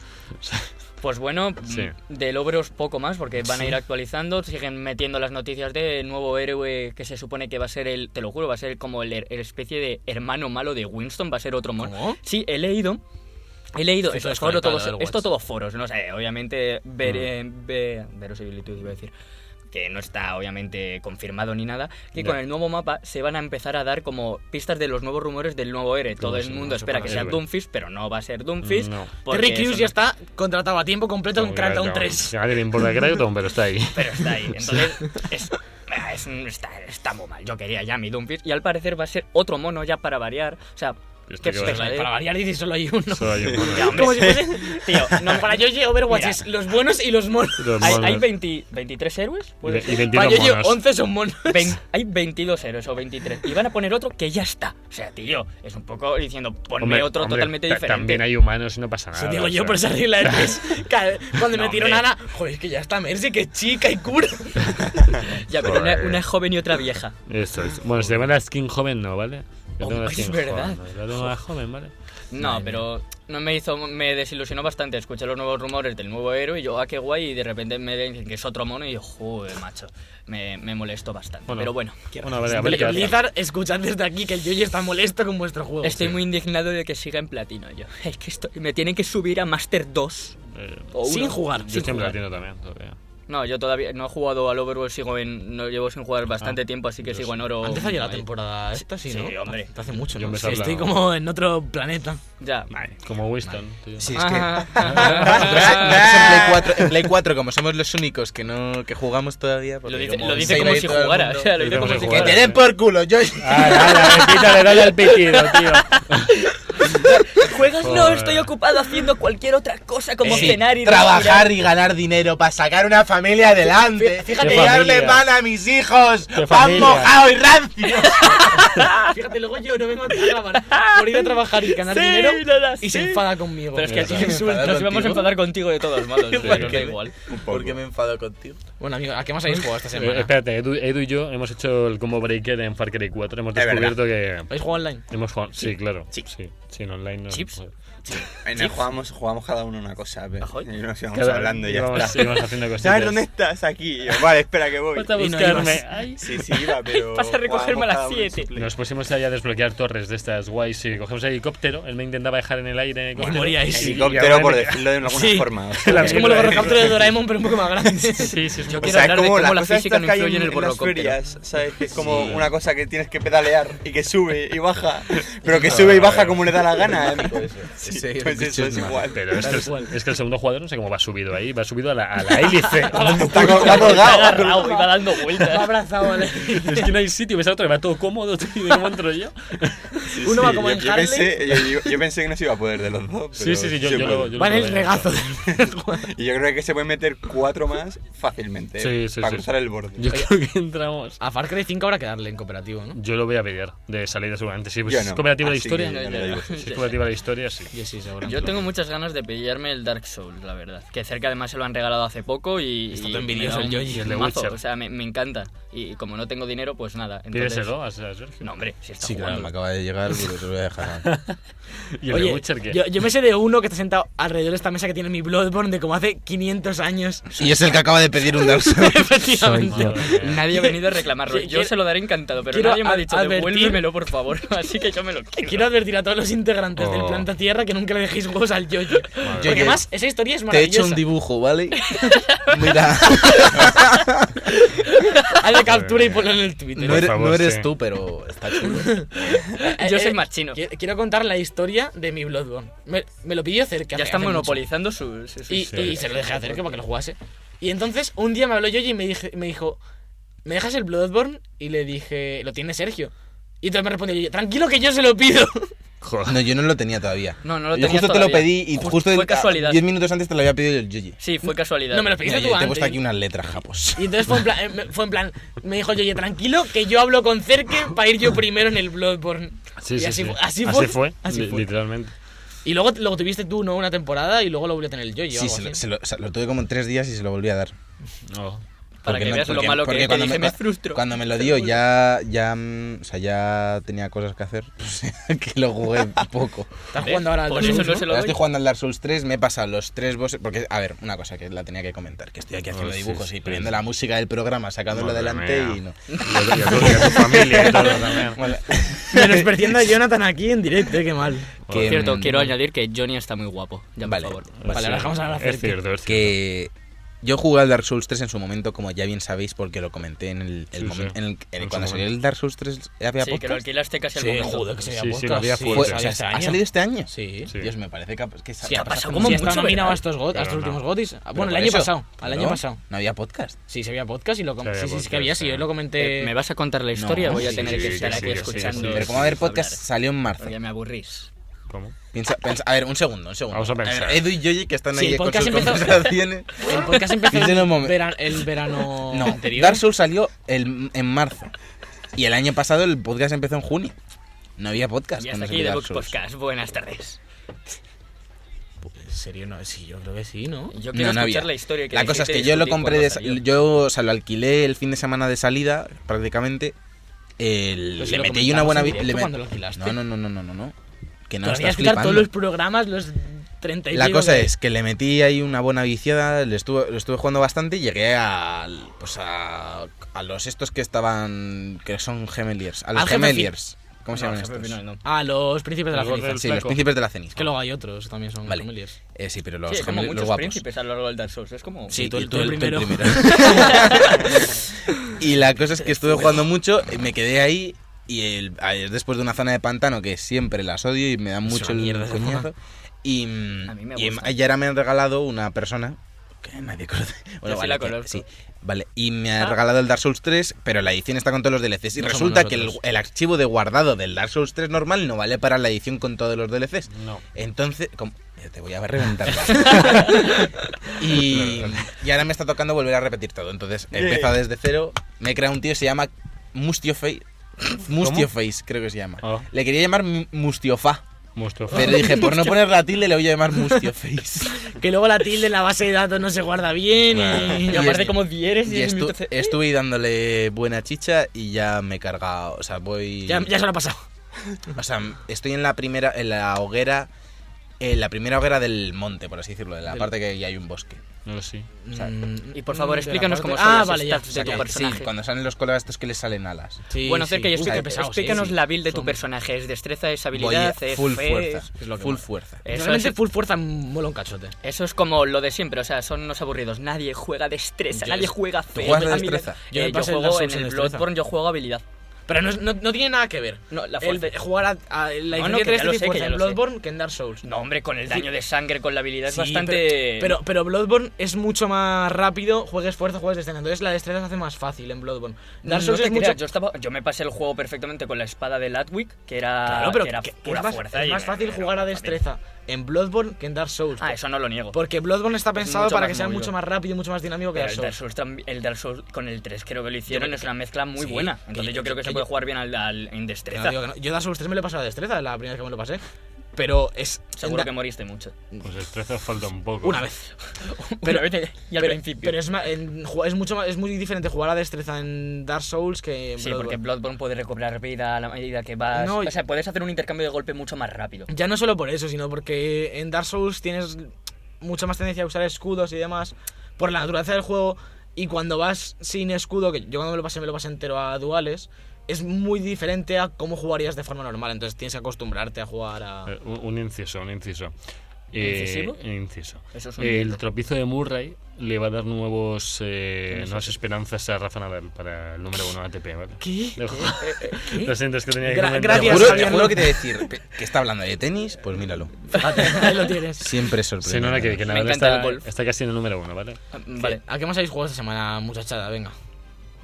Pues bueno,
Sí.
de Lobros poco más porque van a ir actualizando, siguen metiendo las noticias de nuevo héroe que se supone que va a ser el, te lo juro, va a ser como el, her- el especie de hermano malo de Winston, va a ser otro mono.
¿Cómo?
Sí, he leído. He leído,
Estoy
esto, es todo,
desconectado
todo-
del
esto
WhatsApp.
todo foros, no sé, obviamente
Ah.
ver, eh, ve- verosimilitud iba a decir, que no está obviamente confirmado ni nada, que
Ya.
con el nuevo mapa se van a empezar a dar como pistas de los nuevos rumores del nuevo héroe. Todo el
sí,
mundo
no se
espera
van
que
a
sea
ver.
Doomfist, pero no va a ser Doomfist.
No.
porque
Terry
eso
Crews
no
ya está contratado a tiempo completo en Crackdown 3.
A nadie le importa Crackdown, pero está ahí.
pero está ahí. Entonces, es, ah, es- está, está muy mal. Yo quería ya mi Doomfist y al parecer va a ser otro mono ya para variar. O sea,
Esto
qué
que va a ser
pesadez.
Para variar, dice solo hay uno.
Solo hay un mono.
Ya, hombre.
Como si fuese.
Tío, no,
No, para Yoji Overwatch
Mira.
es los buenos y los monos.
Los
hay, hay
monos.
20 23 héroes.
Y
puede
ve-
ser.
y 21
Para Yoji
monos.
11 son monos.
Vein- hay 22 héroes o 23. Y van a poner otro que ya está. O sea, tío, es un poco diciendo, ponme
Hombre,
otro
hombre,
totalmente
ta-
diferente.
También hay humanos y no pasa nada.
Eso digo
o
yo
sea.
por esa
E
regla de tres. Cada- Cuando
No,
me tiró
hombre.
Nana, joder, es que ya está Mercy, que es chica y cura.
Ya, pero una,
Joder.
una joven y otra vieja.
Eso es. Bueno, si te va la skin joven, no, ¿vale? Yo tengo
Hombre,
la
es
skin
verdad.
joven. ¿no? Yo tengo la joven, ¿vale?
No, pero no me hizo, me desilusionó bastante. Escuché los nuevos rumores del nuevo héroe y yo, ah, qué guay, y de repente me dicen que es otro mono y yo, joder, macho, me, me molestó bastante.
Bueno.
pero bueno,
Bueno, vale, a ver qué hace.
Blizzard, escuchad desde aquí que el Yoji está molesto con vuestro juego.
Este
estoy muy indignado de que siga en platino yo. Es que estoy- me tienen que subir a Master 2.
Eh,
o uno.
Sin jugar.
Yo
sin
siempre
jugar.
la entiendo también, todavía.
No, yo todavía no he jugado al Overwatch, sigo en, no llevo sin jugar bastante
Ah,
tiempo, así que
yo
sigo
sí.
en oro.
Antes
ahí.
había la temporada esta, sí,
Sí,
¿no?
hombre.
Hace mucho,
Yo
¿no?
me
Sí, estoy
sabla-
como en otro planeta.
Ya.
Como Winston, tío.
Sí, es que.
Ah,
Nosotros en Play
ah, ah.
4, en Play 4, como somos los únicos que no que jugamos todavía. porque
Lo dice,
como
lo dice
se iba
como
a ir
si
todo el
jugara.
mundo.
o sea, lo dice
Como
como
si
si
Que
jugara.
jugara.
te den por culo, Yoshi.
¡Hala, pítale, dale al pitido, tío!
Juegas, no,
Joder.
estoy ocupado haciendo cualquier otra cosa como
Sí,
cenar y
trabajar
respirar.
y ganar dinero para sacar una familia adelante
fíjate-
y
Qué
darle
familia.
pan a mis hijos
Qué
pan
familia.
mojado y rancio
Fíjate, luego yo no vengo a grabar por ir a trabajar y ganar
Sí,
dinero
nada,
y se
sí.
enfada conmigo.
Pero es que a ti
Mira,
me
¿me
insultas,
enfadar
nos íbamos a
contigo?
enfadar contigo de todos modos. pero da
Porque-
igual.
porque me enfado contigo
Bueno, amigo, ¿a qué más habéis jugado esta
Eh,
semana?
espérate, Edu, Edu y yo hemos hecho el combo breaker en Far Cry 4. Hemos
Es
descubierto que.
¿Habéis jugado online?
Hemos jugado. Sí, claro. Sí,
Sí.
sí, en online. No,
Chips.
Ay, no, jugamos, jugamos cada uno una cosa. Pero,
Ajoy.
y nos íbamos
Cada-
hablando y ya
íbamos-
está.
íbamos haciendo cositas.
¿Sabes dónde estás? Aquí. Y yo, vale, espera que voy.
Vas a
Y no
buscarme.
ibas.
Ay.
Sí, sí, iba, pero.
Pasa a recogerme a las
jugábamos cada uno en su
siete.
play.
Nos pusimos ahí a desbloquear torres de estas guays. Si cogemos el helicóptero, él me intentaba dejar en el aire.
Os
helicóptero.
moríais.
Sí,
Helicóptero,
y
por
ahora me-
decirlo de alguna
Sí.
forma. o sea,
La
Es como
mierda,
los
¿eh?
borrocaptores de Doraemon, pero un poco más grandes.
Sí, sí, es
Yo
un-
quiero
¿sabes
hablar de
cómo
cómo la
las cosas
física no
estas que hay
influye en el
en las
borrocóptero.
ferias, ¿sabes? Que es como una cosa que tienes que pedalear y que sube y baja, pero que sube y
Ah,
baja
vale.
como le da la gana. ¿eh? Sí,
Sí,
pues
el
eso es
bicho es
igual.
Pero es que, es que el segundo jugador no sé cómo va subido ahí, va subido a la, a la hélice.
Está co- está
Está
colgado.
agarrado y va dando
Me ha
vueltas.
abrazado, ¿vale?
es que no hay sitio, ves a otro, que va todo cómodo, tío, ¿y ¿cómo entro yo?
Uno va como
yo,
en
yo
Harley.
pensé, yo, yo- yo pensé que no se iba a poder de los dos.
Sí,
pero
sí, sí, yo,
se
yo lo,
puede.
yo lo
Va en el
probé.
regazo del juego.
Y yo creo que se pueden meter cuatro más fácilmente ¿eh?
Sí, sí,
para
sí.
cruzar el borde.
Yo creo que entramos.
A Far Cry 5 habrá que darle en cooperativo, ¿no?
Yo lo voy a pedir de salida seguramente. Si
Yo
pues, es
no, Ah,
cooperativa la
así
historia,
que
yo
si
no.
es cooperativa la historia, sí.
Yo
Sí, sí, seguro.
Yo tengo muchas ganas de pillarme el Dark Souls, la verdad. Que cerca además se lo han regalado hace poco y.
Está
y
todo
me
envidioso
da
el
un
Yoyi,
el de
mazo,
Witcher.
O sea, me, me encanta. Y como no tengo dinero, pues nada. entonces-
Pídeselo a Sergio.
No, hombre, si está
Sí, claro,
jugando.
me acaba de llegar, pero te lo voy a dejar.
¿Y el de
Oye,
Witcher qué?
yo, yo me sé de uno que está sentado alrededor de esta mesa que tiene mi Bloodborne de como hace 500 años.
y es el que acaba de pedir un Dark Souls.
Efectivamente.
Madre mía.
Nadie ha venido a reclamarlo.
Sí,
Yo
quiero-
se lo daré encantado, pero
quiero
nadie me ha
ad-
dicho
advertir-
devuélvemelo, por favor. Así que yo me lo quiero.
Quiero advertir a todos los integrantes del
Oh.
Planta Tierra que nunca le dejéis huevos al Yoyo. Porque
Yoyo,
además, esa historia es
Te he hecho
maravillosa.
un dibujo, ¿vale? Mira,
Hazle captura y ponlo en el Twitter.
no eres,
favor,
no eres
sí.
tú, pero está chulo.
Eh,
Yo
eh,
soy más chino.
qui- Quiero contar la historia de mi Bloodborne. Me, me lo pidió cerca.
Ya
hace-
está
hace mucho.
monopolizando su. su- su-
Y,
Sí.
y se lo dejé hacer que para que lo jugase. Y entonces un día me habló Yoji y me, dije, me dijo, ¿me dejas el Bloodborne? Y le dije, lo tiene Sergio. Y entonces me respondió Yoyi, tranquilo que yo se lo pido.
No, yo no lo tenía todavía.
No, no lo
Yo
tenías
justo te lo
todavía.
pedí y
Ju-
justo
fue casualidad.
10 minutos antes te lo había pedido el Yoyi.
Sí, fue casualidad.
No me lo
Mira,
pediste
yo
tú
te he
antes.
puesto aquí unas letras, japos.
Y entonces fue en, plan, eh, me- fue en plan, me dijo Yoyi, tranquilo que yo hablo con Cerque para ir yo primero en el Bloodborne.
Sí,
y
sí,
así,
sí.
fu- así fue. así
li-
fue.
literalmente.
Y luego lo tuviste tú, ¿no? Una temporada y luego lo volvió a tener el Yoyi. o
Sí,
algo
se lo,
así.
se lo- o sea, lo tuve como en tres días y se lo volví a dar.
No.
Para
Porque
que
no-
veas lo
porque-
malo que
porque
es, te
cuando
dije, me
cua-
frustro.
Cuando me lo dio ya, ya, mm, o sea, ya tenía cosas que hacer, o sea, que lo jugué poco.
Estás
¿Ves?
jugando ahora al
Por
Dark
eso
Souls,
no
¿no?
se lo
Ahora estoy
doy.
jugando al Dark Souls 3, me he pasado los tres bosses, porque, a ver, una cosa que la tenía que comentar, que estoy aquí haciendo
Oh, sí,
dibujos
sí,
y poniendo
sí.
la música del programa, sacándolo
Madre
adelante
mía.
y no.
Y a tu- y a tu familia y todo también.
Bueno,
Menospreciando a Jonathan aquí en directo, eh, qué mal.
Por
que,
cierto,
mm,
quiero añadir que Johnny está muy guapo. Ya,
Vale.
por favor.
Vale,
Sí,
ahora vamos a hacer
Es cierto, es cierto.
que yo jugué al Dark Souls 3 en su momento, como ya bien sabéis, porque lo comenté en el, el
Sí,
momento
sí.
en el- en
En su
cuando salió
momento.
el Dark Souls 3 había
Sí, que lo
podcast.
alquilaste casi al
Sí,
momento.
joder, que se
Sí,
había
sí,
podcast,
lo había
sí,
Fue-
fuerte.
salió
o sea,
este
¿Ha
año.
salido este año?
Sí.
Sí.
Dios, me parece que ha, es que se
Sí, ha pasado
Como
como
si
Sí,
estaba
mucho,
nominado
¿verdad?
a estos, go- a estos
Pero
últimos
no.
Gotis. Ah,
Pero
Bueno, el
por
año
eso,
pasado. Al año
¿no?
pasado.
No había podcast.
Sí, se había podcast y lo com-
Se había
Sí, sí, sí
podcast,
que había, sí,
sí.
yo lo comenté.
Eh, ¿Me vas a contar la historia?
No,
Voy a
sí,
tener
sí,
que estar
sí,
aquí
sí, sí,
escuchando.
sí.
Pues
Pero como haber podcast salió en marzo.
Ya me aburrís.
¿Cómo?
Piensa- piensa- a ver, un segundo, un segundo.
Vamos a pensar.
ver, Edu y Yoyi que están
Sí,
ahí
el
con
podcast
sus
empezó-
conversaciones.
El podcast empezó
Piensa en un
el,
momento.
vera- el verano
No,
anterior.
Dark Souls salió el- en marzo. Y el año pasado el podcast empezó en junio. No había podcast.
Y hasta
cuando
aquí
salió
de
Dark
Vox
Souls.
Podcast. Buenas tardes.
En serio, no, sí, yo creo que sí, ¿no?
Yo
No,
quiero
no había.
escuchar la historia que
La cosa es que
dijiste
yo lo
discutir
compré,
cuando
de-
salió.
yo o sea, lo alquilé el fin de semana de salida, prácticamente. El-
Pues
Pero si
le
lo
metí ahí una
comentamos
buena...
en
vi-
directo
le met-
cuando lo alquilaste.
No, no, no, no, no, no, no. Que no
Pero voy
estás
a escuchar
flipando.
todos los programas, los 30 y
La
pico
cosa
que-
es que le metí ahí una buena viciada, le estuve, lo estuve jugando bastante y llegué al, pues a, a los estos que estaban, que son gemeliers, a
Al
los
jefe
gemeliers. ¿Cómo se
No,
llaman
jefe,
estos?
no, no.
Ah, los príncipes de la
Los
ceniza.
del-
Sí, los
flaco.
príncipes de la ceniza.
Es que luego hay otros, también son
Vale.
familias.
Eh, sí, pero los
Sí, es como
gemelos, los
muchos
guapos.
príncipes a lo largo del Dark Souls. Es como...
Sí, tú el-
y
tú el primero.
y la cosa es que estuve jugando mucho, y me quedé ahí y el- a- es después de una zona de pantano que siempre las odio y me dan mucho el
mierda esa
coñazo. Y,
A mí me
y
gusta.
ya era me han regalado una persona que nadie conoce. Bueno,
sí la
que-
conozco.
sí. Vale, y me ha
Ah.
regalado el Dark Souls 3, pero la edición está con todos los DLCs. Y
No somos
resulta que el,
nosotros.
el archivo de guardado del Dark Souls 3 normal no vale para la edición con todos los DLCs.
No.
Entonces, como- ya te voy a reventar. y, y ahora me está tocando volver a repetir todo. Entonces, he empezado desde cero. Me he creado un tío que se llama Mustioface. Mustioface, creo que se llama.
Oh.
Ah.
Le quería llamar M- Mustiofa.
Mustafa.
Pero dije, por no poner la tilde, le voy a llamar Mustioface.
Que luego la tilde en la base de datos no se guarda bien
Claro.
y...
Y
Y aparte
es-
como dieres
Y
y... es
estu-
un minuto-
estuve dándole buena chicha y ya me he cargado. O sea, voy.
Ya, ya se lo ha pasado.
O sea, estoy en la primera, en la hoguera. En la primera hoguera del monte, por así decirlo, de la
Del-
parte que ya hay un bosque.
No, sí.
sea,
Mm,
Y por favor,
de la
explícanos
parte-
cómo son
Ah,
las
vale, ya.
stats
O sea,
de tu
que-
personaje.
Sí, cuando salen los colegas estos que les salen alas.
Sí,
Bueno, cerca
sí.
y
Uf,
explica-
qué pesados,
explícanos
sí, sí.
la build de tu
Son-
personaje. ¿Es destreza, es
Voy a
habilidad, es
full
fe?
fuerza.
Es lo que
full
mola.
fuerza.
Eso
Realmente
es-
full fuerza mola un cachote.
Eso es como lo de siempre, o sea, son unos aburridos. Nadie juega destreza,
Yo-
nadie juega fe.
juegas de
habilidad.
destreza?
Eh,
Yo
Yo,
me pasé el Dark
juego en
Souls en
el
destreza.
Bloodborne, yo juego habilidad.
Pero no, es- no, no tiene nada que ver.
No, la
El
fuerza.
de jugar a, a la diferencia
No, no, que
entre
ya
este
lo
y
sé,
fuerza
que ya
en
lo sé.
Bloodborne que en Dark Souls.
No, hombre, con el daño de sangre, con la habilidad es
Sí,
bastante.
Pero, pero, pero Bloodborne es mucho más rápido, juegues fuerza, juegues destreza. Entonces la destreza se hace más fácil en Bloodborne. Dark
Mm, No
Souls
te
es mucho.
creas, yo, estaba- yo me pasé el juego perfectamente con la espada de Ludwig, que era,
Claro, pero
que era
que- que
pura
es más,
fuerza.
es
y
más
era-
fácil
era
jugar a
fácil.
destreza en Bloodborne que en Dark Souls.
Ah, eso no lo niego.
Porque Bloodborne está pensado
mucho
para
más
que sea
movido.
mucho más rápido y mucho más dinámico que
Pero
Dark
el Dark,
Souls.
Souls, tam- el Dark Souls con el 3 creo que lo hicieron,
Yo-
es una mezcla muy
sí,
buena.
que-
Entonces
que-
yo creo que,
que
se puede
yo-
jugar bien al, al- en
Que
destreza.
no digo que no. Yo Dark Souls 3 me lo he pasado a destreza, la primera vez que me lo pasé. Pero es.
Seguro
es
que
ma-
moriste mucho.
Pues el 13 os falta un poco.
Una vez.
Pero, y al
pero,
principio.
pero es, ma- en ju- es mucho ma- es muy diferente jugar a destreza en Dark Souls que en
Sí,
Bloodborne.
porque Bloodborne puede recobrar vida a la medida que vas.
No, y-
o sea, puedes hacer un intercambio de golpe mucho más rápido.
Ya no solo por eso, sino porque en Dark Souls tienes mucha más tendencia a usar escudos y demás por la naturaleza del juego. Y cuando vas sin escudo, que yo cuando me lo pasé me lo pasé entero a duales, es muy diferente a cómo jugarías de forma normal. Entonces tienes que acostumbrarte a jugar a.
Eh, un, un inciso, un inciso. Eh,
¿Incisivo?
inciso.
Eso es un
el
libro.
tropiezo de Murray le va a dar nuevos eh,
Tienes
nuevas esperanzas a Rafa Nadal para el número uno ATP, ¿vale?
¿Qué?
Lo- Lo siento, es que tenía que
Gra-
comentar.
Te
gracias.
juro, te
Javier,
juro
no.
que te voy a decir pe- que está hablando de tenis, pues míralo.
Ahí lo tienes.
Siempre es sorprendente.
Sí, no, no, que, que
Me
Nadal
encanta el
está,
golf.
está casi en el número uno, ¿vale?
Ah, Vale.
¿A qué más habéis jugado esta semana, muchachada? Venga.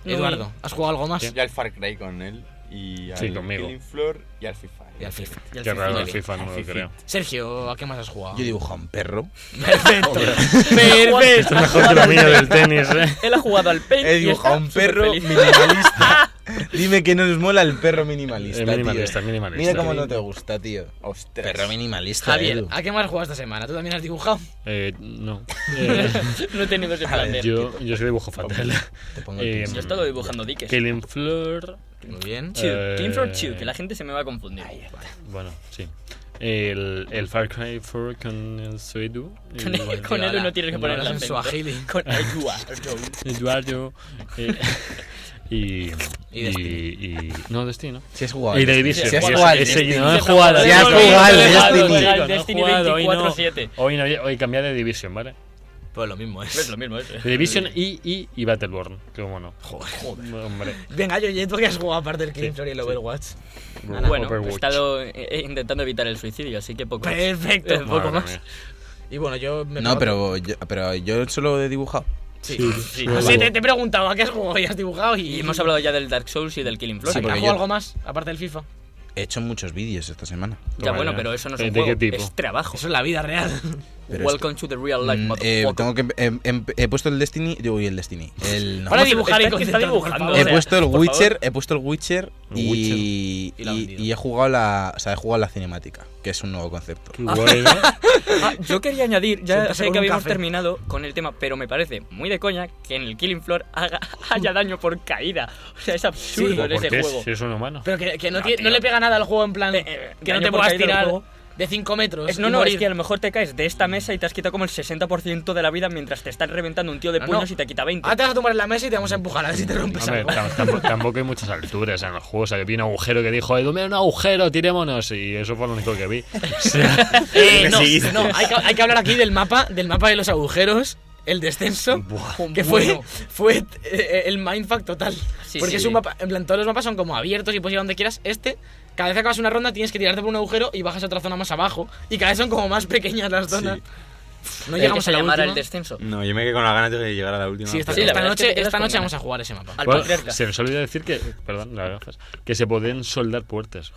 No,
Eduardo, ¿has jugado algo más?
¿Qué?
Yo al Far Cry con él y al
Sí, conmigo.
Killing Floor y al FIFA.
Y al FIFA.
Y al
Qué
final-
raro el FIFA nuevo, creo.
Sergio, ¿a qué más has jugado?
Yo dibujo a un perro.
Perfecto.
Esto
Perfecto.
es mejor que lo mío del tenis, ¿eh?
Él ha jugado al paint.
He
y está
dibujado a un perro
superfeliz.
minimalista. Dime que no nos mola el perro minimalista.
Eh, minimalista,
tío.
minimalista.
Mira cómo no te gusta, tío.
Ostras.
Perro minimalista.
Javier, ah,
Edu.
¿a qué más has jugado esta semana? ¿Tú también has dibujado?
Eh, no. Eh,
No he tenido ese
A
plan
ver,
de.
yo, yo soy dibujo fatal.
Te pongo el
Eh,
Yo he
pincel.
estado dibujando diques.
Killing Floor.
Muy bien.
Chew,
Eh,
King Floor Chew, que la gente se me va a confundir.
Bueno, sí. El, el Far Cry 4 con el Suedu.
Con
el-
él- con él uno tiene que poner
Ahora
la
en su ajili.
Con Eduardo.
Eduardo. eh, y,
Y Destiny.
y- No, Destino.
Si has jugado.
Y
al
The
Destiny.
Division.
Si has
Yo
jugado. al
he
Destiny.
seguido, no he jugado.
Si
no he
has
jugado,
jugado al
no he jugado, no
Destiny.
he jugado,
Destiny
no he jugado, hoy no.
24/7.
Hoy no, hoy cambié de Division, ¿vale?
Pues lo mismo
Es
es.
lo mismo, ¿eh? eso.
The Division y, y, y Battleborn. Que bueno. Joder. Hombre.
Venga, yo, ¿y ¿tú qué has jugado aparte del Killing
Sí,
Floor y el
sí.
Overwatch?
Eh, Bueno, he
Overwatch.
estado eh, eh, intentando evitar el suicidio, así que poco.
Perfecto.
Eh,
Madre
poco más.
mía.
Y bueno, yo me
No, pero yo, pero yo solo he dibujado.
Sí.
Sí.
No sé, te, te he preguntado a qué has jugado y has dibujado y,
Y hemos hablado ya del Dark Souls y del Killing Floor.
Sí,
Ah,
¿Has
porque
jugado
yo-
algo más aparte del FIFA?
He hecho muchos vídeos esta semana.
ya
Toma
bueno,
ya.
pero eso no es
¿De
un
qué
juego,
tipo?
es trabajo.
Eso es la vida real.
Pero
Welcome to the real life,
Mm, eh,
motherfucker. Ah,
tengo que em- em- he puesto el Destiny, digo, y el Destiny. El, no.
Para dibujar
Vamos a-
y
espera, que está
concentrarte, por
dibujando,
favor.
o
he
sea,
puesto el
por
Witcher, he puesto el Witcher
El
y,
Y la
y-
bandida.
y he jugado la, o sea, he jugado la cinemática, que es un nuevo concepto.
Qué guay, ¿no?
Ah, yo quería añadir, ya
Siéntase
sé
con
que
un
habíamos
café.
terminado con el tema, pero me parece muy de coña que en el Killing Floor haga- haya daño por caída. O sea, es absurdo en
¿Por
ese
qué?
juego.
Si es un humano.
Pero que, que no,
No,
tiene- no
tío.
le pega nada al juego en plan
Eh, eh,
que no
daño
te
por
puedas
caída del
tirar
juego.
de 5 metros.
Es-
y
no, no,
morir.
es que a lo mejor te caes de esta mesa y te has quitado como el 60% de la vida mientras te están reventando un tío de
No, Ah, no.
puños y te quita 20.
Ahora te vas a tumbar en la mesa y te vamos a empujar a ver si te rompes
Hombre,
algo.
tam- tampo- tampoco hay muchas alturas en el juego. O sea, yo vi un agujero que dijo, Edu, mira un agujero, tirémonos. Y eso fue lo único que vi. O sea,
Eh, no,
Sí.
no, hay que, hay que hablar aquí del mapa, del mapa de los agujeros, el descenso,
Buah.
que fue, fue eh, el mindfuck total.
Sí,
porque
sí.
es un mapa, en plan, todos los mapas son como abiertos y puedes ir a donde quieras. Este, cada vez que acabas una ronda tienes que tirarte por un agujero y bajas a otra zona más abajo. Y cada vez son como más pequeñas las zonas. No
El Eh, que
llegamos
se
a la
llamara
última.
el descenso.
No, yo me quedé con las ganas de llegar a la última.
Sí, esta,
Sí, la
esta
verdad es que te
noche,
quedas
esta
con
noche
ganas.
vamos a jugar ese mapa.
Al
bueno,
patriarca.
se nos olvidó decir que, perdón, las gafas, que se podían soldar puertas.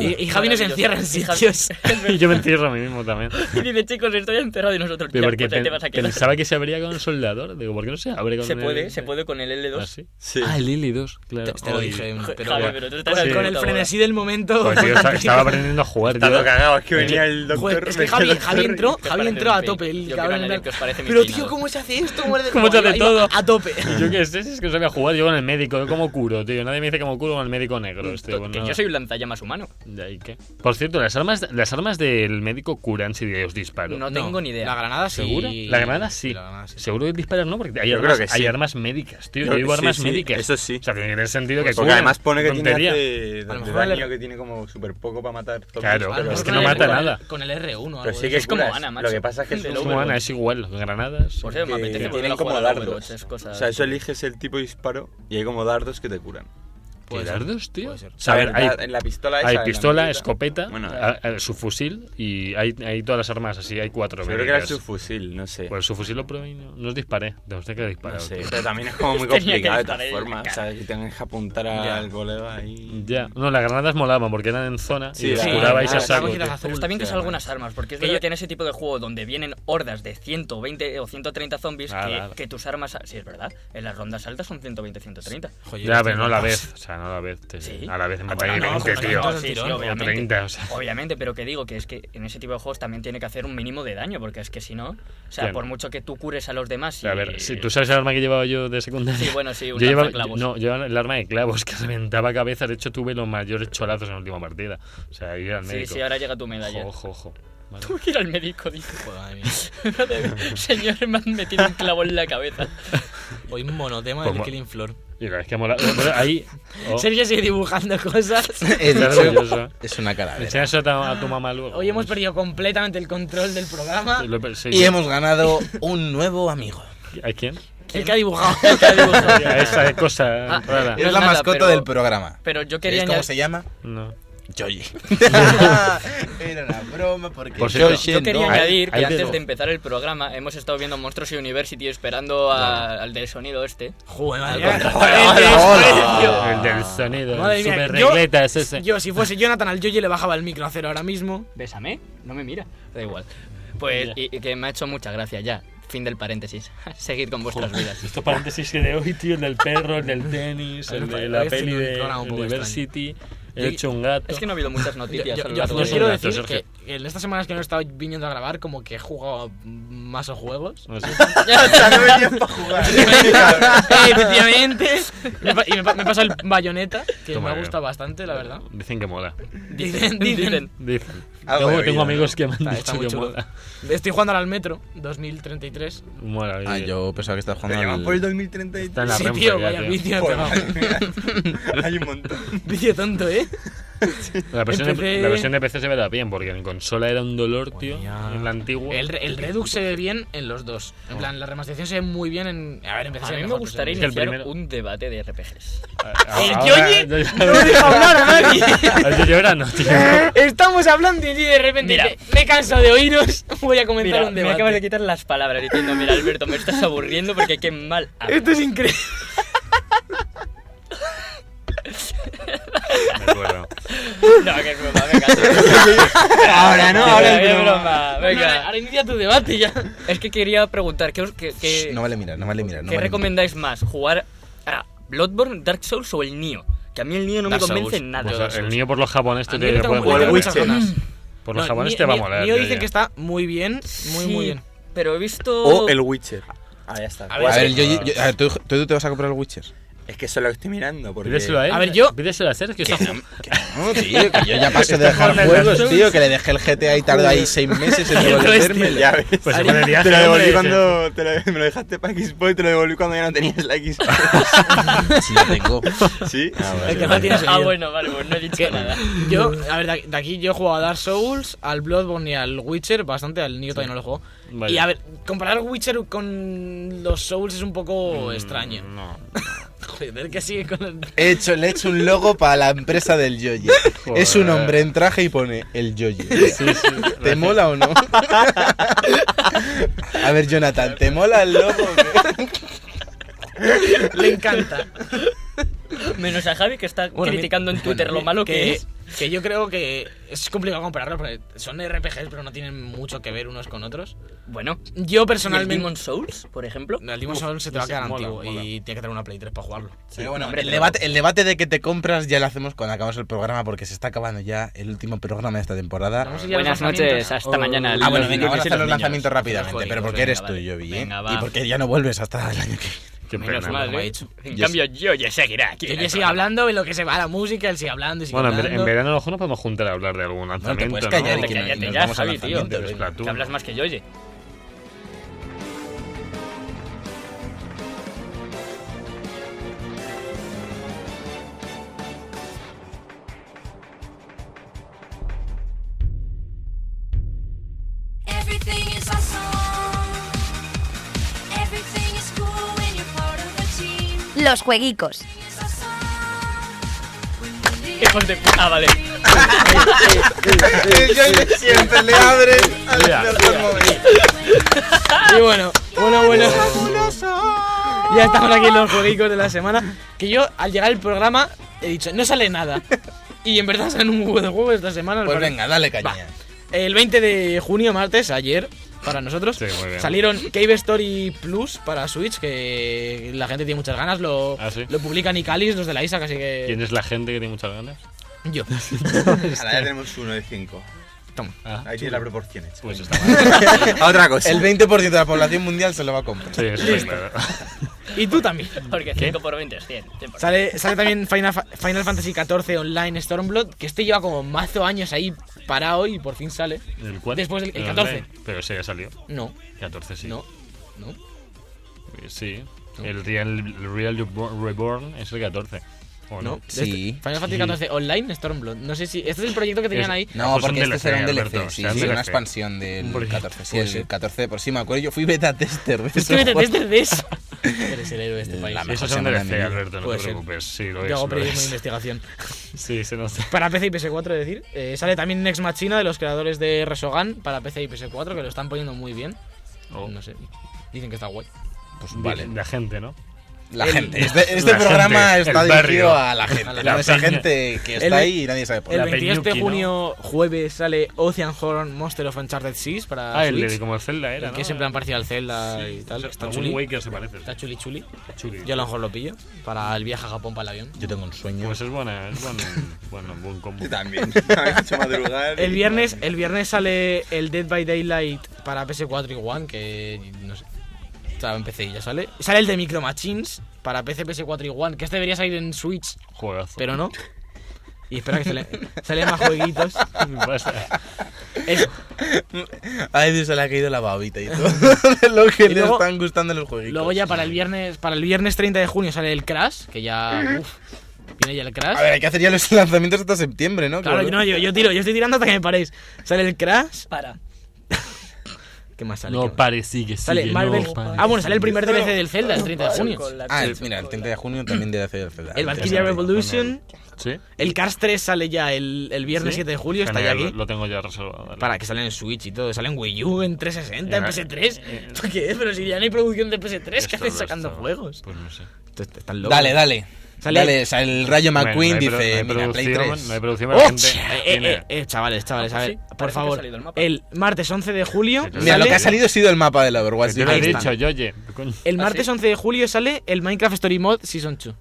Y, y Javi nos
Maravilloso.
encierra en
Y Javi-
sitios.
Y yo me encierro a mí mismo también.
Y dice, chicos, estoy encerrado y nosotros
Pero
ya,
porque
pues ahí
pen-
te vas a quedar.
pensaba que se abría con un soldador. Digo, ¿por qué no se abre con
Se
el-
puede, se puede con el L2.
¿Ah, sí?
Sí.
Ah, el Lili 2, claro.
Te, te lo
Ay.
dije, pero
Javi,
bueno.
pero tú estás
con,
Sí.
con el frenesí del momento.
Joder, tío, esta- estaba aprendiendo a jugar.
Está
tío.
lo cagado, es que venía el doctor.
Joder, es que
venía
Javi,
el doctor
Javi
y-
entró,
que os
Javi
parece
entró
un
a
fin.
tope. El cabrón,
Yo quiero añadir
en plan,
que os parece mi
Pero tío,
peinado".
¿cómo se hace esto? Muerde-
¿Cómo te
Iba-
hace
iba
todo?
A tope.
Yo qué sé, si es que no sabía jugar. Yo con el médico, yo como curo, tío. Nadie me dice como curo con el médico negro. este,
To-
bueno,
que
nada.
yo soy un lanzallamas humano.
¿De ahí qué? Por cierto, las armas, las armas del médico curan si os disparo.
No tengo ni idea.
La granada sí.
¿Seguro? La granada sí.
La granada sí.
Seguro que disparar no, porque hay,
Yo
armas,
creo que
hay
sí.
armas médicas, tío.
Yo-
Yo digo
sí,
armas
sí,
médicas.
eso sí.
O sea, tiene que tener sentido que
Porque
curan.
además pone que tiene
Tontería.
hace de,
A lo
de
mejor
daño
le-
que tiene como súper poco para matar. zombies,
Claro,
pero-
es que
Ah, con
no
el-
mata
con el-
nada.
Con el R1 o algo
Pero sí
de
que
eso.
Es como
curas.
Ana, macho.
Lo que pasa es que es
Es
el
Es
como
humana,
Overwatch.
es igual. Granadas.
Por eso me
que-
apetece
que
volver
tienen
a jugar
como
al
dardos.
Overwatch, es cosa-
O sea, eso eliges el tipo de disparo y hay como dardos que te curan.
¿Qué
puede ser,
dardos, tío?
puede ser.
O sea, a ver,
La
hay,
verdad, en la pistola esa,
hay
en la
pistola,
metralleta.
escopeta,
Bueno,
a- a- subfusil y hay, hay todas las armas así. Hay cuatro.
yo creo que era
médicas.
su fusil, no sé.
Pues su fusil lo probé y no, no os disparé. De usted que ha
No
disparado.
sé,
tío.
pero también es como muy
Tenía que
complicado de todas
disparar en la
formas,
cara.
¿sabes? Que tengas que apuntar
Ya.
al colega ahí.
Ya. No, las granadas molaban porque eran en zona
Sí,
y os
sí,
curabais
sí,
a
sí,
saco.
sí,
tío.
sí,
Pero está bien que
Sí,
salgan
además.
algunas armas, porque es
Que
verdad
yo-
que en ese tipo de juego donde vienen hordas de 120 o 130 zombies,
Ah,
que,
claro.
que tus armas. Sí, es verdad. En las rondas altas son 120, 130.
Joder,
Ya,
yo
pero
estoy-
no a la vez. O sea, 30, ¿no? A la vez. te-
Sí.
A la vez en
Ah,
Madrid,
bueno, no,
20,
justo,
tío.
entonces, sí, sí,
O
obviamente.
30, o sea.
Obviamente, pero que digo que es que en ese tipo de juegos también tiene que hacer un mínimo de daño, porque es que si no, o sea,
Claro.
por mucho que tú cures a los demás. y-
A ver, si tú sabes el arma que llevaba yo de secundaria.
Sí, bueno, sí, un
yo
arma
llevaba,
de clavos.
No, yo el arma de clavos que reventaba cabezas. De hecho, tuve los mayores cholazos en la última partida. O sea, ahí al
Sí,
médico.
sí, ahora llega tu medalla.
Ojo, ojo, ojo. Vale.
Tuve que ir al médico, dice.
Joder, madre mía.
Señor, me han metido un clavo en la cabeza.
Hoy monotema
Pues
del
mo-
Killing Floor.
Y la vez que mola. bueno, ahí. Oh,
Sergio sigue dibujando cosas.
El
Claro,
dicho
yo sé.
es una calavera.
enseña oh, eso a tu, a tu mamá luego.
Hoy hemos perdido completamente el control del programa.
Sí, lo- sí.
Y hemos ganado un nuevo amigo.
¿A quién?
El que ha dibujado.
A esa cosa
Ah,
rara.
No eh.
es
es
la
nada,
mascota
pero-
del programa.
Pero yo
¿Sabéis
quería
cómo
añadir-
se llama?
No.
Joy. Era una broma porque
Por cierto,
Yoshi
Yo quería
no-
añadir
ahí te
que antes
digo.
de empezar el programa hemos estado viendo Monstruos University esperando a- al del sonido este.
Joder, madre mía.
El del sonido.
Madre
el
mía,
super
yo-
regletas ese.
Yo, si fuese Jonathan al Yoyi, le bajaba el micro a cero ahora mismo.
Bésame, no me mira. Da igual. Pues, y, y que me ha hecho mucha gracia ya. Fin del paréntesis. Seguid con vuestras vidas.
Estos paréntesis que de hoy, tío, el del perro, el del tenis, el de la
Habéis
peli
tenido un
de
programa un poco
University,
Yo-
he hecho un gato.
Es que no ha habido muchas noticias.
Yo,
a lo
yo-
largo
yo
de-
quiero
un rato,
decir que,
Sergio.
que en estas semanas que no he estado viniendo a grabar, como que he jugado más juegos.
No sé.
Efectivamente. Me pa- y me, pa- me he pasado el bayoneta, que
Toma
me
ya.
ha gustado bastante, la verdad.
Dicen que mola.
Dicen,
Dicen.
dicen.
Dicen.
Algo
Luego
de
tengo
vida,
amigos
¿no?
que me han
Ah, Está- está
dicho
muy
que
chulo.
mola.
Estoy jugando ahora al Metro 2033.
Mola.
Ah,
bien.
yo pensaba que estaba
Pero
jugando
ya
al...
van por el 2033.
Está en la
sí,
renfe
tío,
ya,
vaya
tío.
vicio.
Joder,
pegado.
madre mía. Hay un montón.
Vicio tonto, ¿eh?
La versión, de,
Empecé-
la versión de PC se verá bien, porque en consola era un dolor, tío.
Coño.
En la antigua.
El, re- el Redux se ve bien en los dos.
Oh.
En plan, la remasterización se ve muy bien en. A ver, empecé
A mí me gustaría
Es que el
iniciar
primero-
un debate de RPGs.
¡El
Ahora-
Yoyi! ¡No deja hablar a nadie!
El Yoyi ahora no, tío.
Estamos hablando y de repente
Mira.
dice, me canso de oíros, voy a comenzar
Mira,
un
me acabas de
debate.
quitar las palabras diciendo, mira Alberto, me estás aburriendo porque qué mal hablas".
Esto es increíble.
Me acuerdo.
No, que es broma, venga.
Ahora no, ahora
Venga,
es
qué
broma.
broma,
Ahora,
venga.
ahora inicia tu debate ya.
Es que quería preguntar, ¿qué, os- qué- qué-
Shh, No vale mirar, no vale mirar. No
qué
vale
recomendáis más? ¿Jugar a Bloodborne, Dark Souls o el Nio? Que a mí el Nio no me
Dark Souls.
convence en nada.
Pues, el niño por los japoneses te
A mí me
te
tengo
puede
muy-
O el
molar.
muchas
Witcher.
ganas.
Por los
No,
japoneses
ni-
te va a
ni-
molar.
Nio
yo
dicen
diría.
que está muy bien, muy,
Sí,
muy bien.
Pero he visto.
O el Witcher. Ah, ya está.
A
mirar. A ver,
ver,
yo, yo- a ver, ¿tú, tú te vas a comprar el Witcher.
Es que eso es lo que estoy mirando. Porque...
Pídeselo a él.
A ver, yo-
Pídeselo a Sergio. está jugando-
No, tío, que yo ya paso
Está
de dejar
jugando al
juegos,
Dark
tío, que le dejé el GTA y tardó ahí seis meses en devolverme.
Ya ves.
Pues se fue de viaje,
te lo devolví
hombre,
cuando te lo- me lo dejaste para Xbox y te lo devolví cuando ya no tenías la Xbox.
Si lo tengo.
¿Sí?
Ah, vale,
Es que no
vale.
tienes
Ah,
oído.
bueno, vale, pues no he dicho nada.
Yo, a ver, de de aquí yo he jugado a Dark Souls, al Bloodborne y al Witcher, bastante, al Nioh todavía no lo juego.
Vale.
Y a ver, comparar Witcher con los Souls es un
Mm.
poco extraño.
No.
Joder, que sigue con el...
He hecho, le he hecho un logo para la empresa del Yoye.
Joder.
Es un hombre en traje y pone el Yoye.
Sí, sí.
¿Te mola o no? A ver, Jonathan, ¿te mola el logo? o qué?
Le encanta.
Menos a Javi que está
Bueno,
criticando en Twitter lo malo que, es.
Que yo creo que es complicado compararlo porque son RPGs pero no tienen mucho que ver unos con otros.
Bueno,
Yo
¿el
personalmente...
Demon Souls, por ejemplo?
El Demon Souls se te va a
ese
quedar
mola,
antiguo
mola.
y tiene que tener una Play 3 para jugarlo.
Pero bueno,
hombre,
el,
pero-
debate, el debate de que te compras ya lo hacemos cuando acabamos el programa porque se está acabando ya el último programa de esta temporada.
Vamos a ir a los
Buenas
lanzamientos.
noches, hasta mañana.
Ah,
Los
bueno, venga,
niños
vamos a
y
hacer los
niños.
lanzamientos rápidamente,
Joder,
pero
pues
porque eres
venga,
tú,
vale.
Yobi, ¿eh?
Venga, va.
Y porque ya no vuelves hasta el año que viene.
Qué
Menos
pena.
mal,
como
¿eh?
ha dicho.
En
Yo
cambio, yo ya seguirá aquí.
Que yo siga hablando y lo que se va la música, él sigue hablando y sigue
Bueno, en, ver-
hablando.
en verano a lo mejor nos podemos juntar a hablar de algún
Bueno, te
lanzamiento.
puedes callar
¿no?
y que no- y
Cállate
nos
ya,
vamos al
Javi, tío.
lanzamiento,
De
venga.
Splatoon.
Que hablas más que yo, oye.
Everything is awesome. Everything is cool when you're part of the team.
Los jueguicos.
It's awesome. When you leave.
Hijos de puta, vale.
El Yoye siempre le abre al
Mira,
mejor momento.
Y bueno, bueno, bueno. Ya estamos aquí en los jueguicos de la semana. Que yo, al llegar al programa, he dicho, no sale nada. Y en verdad salen un huevo de juego esta semana. al
Pues
parecer.
venga, dale caña.
El 20 de junio, martes, ayer, para nosotros.
Sí, muy bien.
Salieron Cave Story Plus para Switch, que la gente tiene muchas ganas. Lo,
Ah, sí.
lo publican Icalis, los de la ISAC, así que.
¿Quién es la gente que tiene muchas ganas?
Yo.
Ahora ya tenemos uno de cinco.
Toma.
Ah,
Ahí tiene la proporción hecha.
pues está mal.
A otra cosa.
El 20% de la población mundial se lo va a comprar.
Sí, eso está claro.
Y tú también.
Porque 5 por 20 es 100. 100 por
Sale, sale también Final, Fa- Final Fantasy XIV Online Stormblood, que este lleva como mazo años ahí parado y por fin sale.
¿El cuál?
Después del- el
No,
14.
hombre, Pero ese ya salió.
No,
14 sí.
no, no.
Eh, Sí. El Real, el Real Reborn- Reborn es el 14. ¿O no?
No,
Sí.
Este- Final Fantasy XIV Online Stormblood. No sé si. Este es el proyecto que tenían
Es-
ahí.
Ah,
No,
pues
porque
un
este será un
DLC,
DLC,
Alberto,
sí,
será un
sí, una
DLC.
expansión del
Porque-
14. pues Sí,
puede
el
ser.
14 por sí me acuerdo. Yo fui beta tester. de
Es
ese
que vete,
juego.
vete de eso. Eres el héroe de este país.
La mejor
Eso es un
semana de
DLC,
mi vida.
Alberto, no
Puede
te
ser.
preocupes. Sí, lo es.
Yo hago
lo
periodismo de
es.
investigación.
Sí, se nota.
Para PC y PS4, es decir. Eh, sale también Next Machina de los creadores de Resogan para PC y PS4, que lo están poniendo muy bien.
Oh.
No sé. Dicen que está guay.
Pues vale.
La gente, ¿no?
La
El-
gente. Este, este
la
programa
gente,
está
el
dirigido
barrio.
a la gente.
A
la
a esa
peña.
gente que está
El-
ahí y nadie sabe por
El
La
qué.
22 de
Peñuki, ¿no?
junio, jueves, sale Ocean Horn Monster of Uncharted 6 para
Ah, el
Switch.
de como el Zelda era.
el
¿no?
que siempre han parecido al Zelda y tal. Está
Un
chuli.
Waker se parece.
Está chuli chuli.
Chuli.
Yo a lo mejor lo pillo para el viaje a Japón para el avión.
Yo tengo un sueño.
Pues es buena, es bueno, bueno, buen combo.
Yo Este también. Me habéis hecho madrugar.
El viernes, el viernes sale el Dead by Daylight para PS4 y One, que no sé. Estaba en PC y ya sale. Sale el de Micro Machines para PC, PS4 y One, que este debería salir en Switch,
Juegazo.
pero no. Y espera que salen salen más jueguitos.
Basta.
Es-
Ay, Dios, se le ha caído la babita y todo. de lo que
Y
le
luego-
están gustando los jueguitos.
luego ya para el viernes para el viernes 30 de junio sale el Crash, que ya... uf, viene ya el Crash.
A ver, hay que hacer ya los lanzamientos hasta septiembre, ¿no?
Claro,
Como-
yo, no, yo, yo tiro, yo estoy tirando hasta que me paréis. Sale el Crash.
Para.
¿Qué más sale? ¿Qué
No
más?
pare, sigue, sigue.
Sale
no
Marvel.
pare,
ah, bueno, sale
sigue.
el primer DLC del Zelda el 30 de junio.
Con la
Ah,
chicha,
mira, el
con
30
la-
de junio también debe hacer el Zelda.
El Valkyria
Interesante.
Revolution.
¿Sí?
El Cars 3 sale ya el, el viernes
¿Sí?
7 de julio, está ya
Genial,
aquí.
Lo, lo tengo ya reservado. dale.
Para que salen en Switch y todo. Salen en Wii U, en 360, en
Eh,
PS3.
eh,
¿Esto ¿Qué es? Pero si ya no hay producción de PS3, ¿qué
Esto,
haces sacando
esto,
juegos?
Pues no sé.
Esto- esto- Están locos.
Dale, dale.
Sale-
Dale, o sea, el Rayo
Bueno,
McQueen
no hay pro-
dice,
no hay
mira, Play
producción,
3.
No hay producción, pero
¡Oh!
la gente
Eh, eh,
tiene-
eh, eh, chavales, chavales, a
Ah, pues
ver,
sí,
por
parece que ha
favor.
salido el mapa.
El martes 11 de julio.
Sí, claro.
Mira, lo
sale-
que ha salido ha sido el mapa del Overwatch.
Yo lo
pues ahí Eh,
he
dice.
dicho,
están.
yo oye. coño.
El
¿Ah,
martes
sí?
11 de julio sale el Minecraft Story Mod Season 2.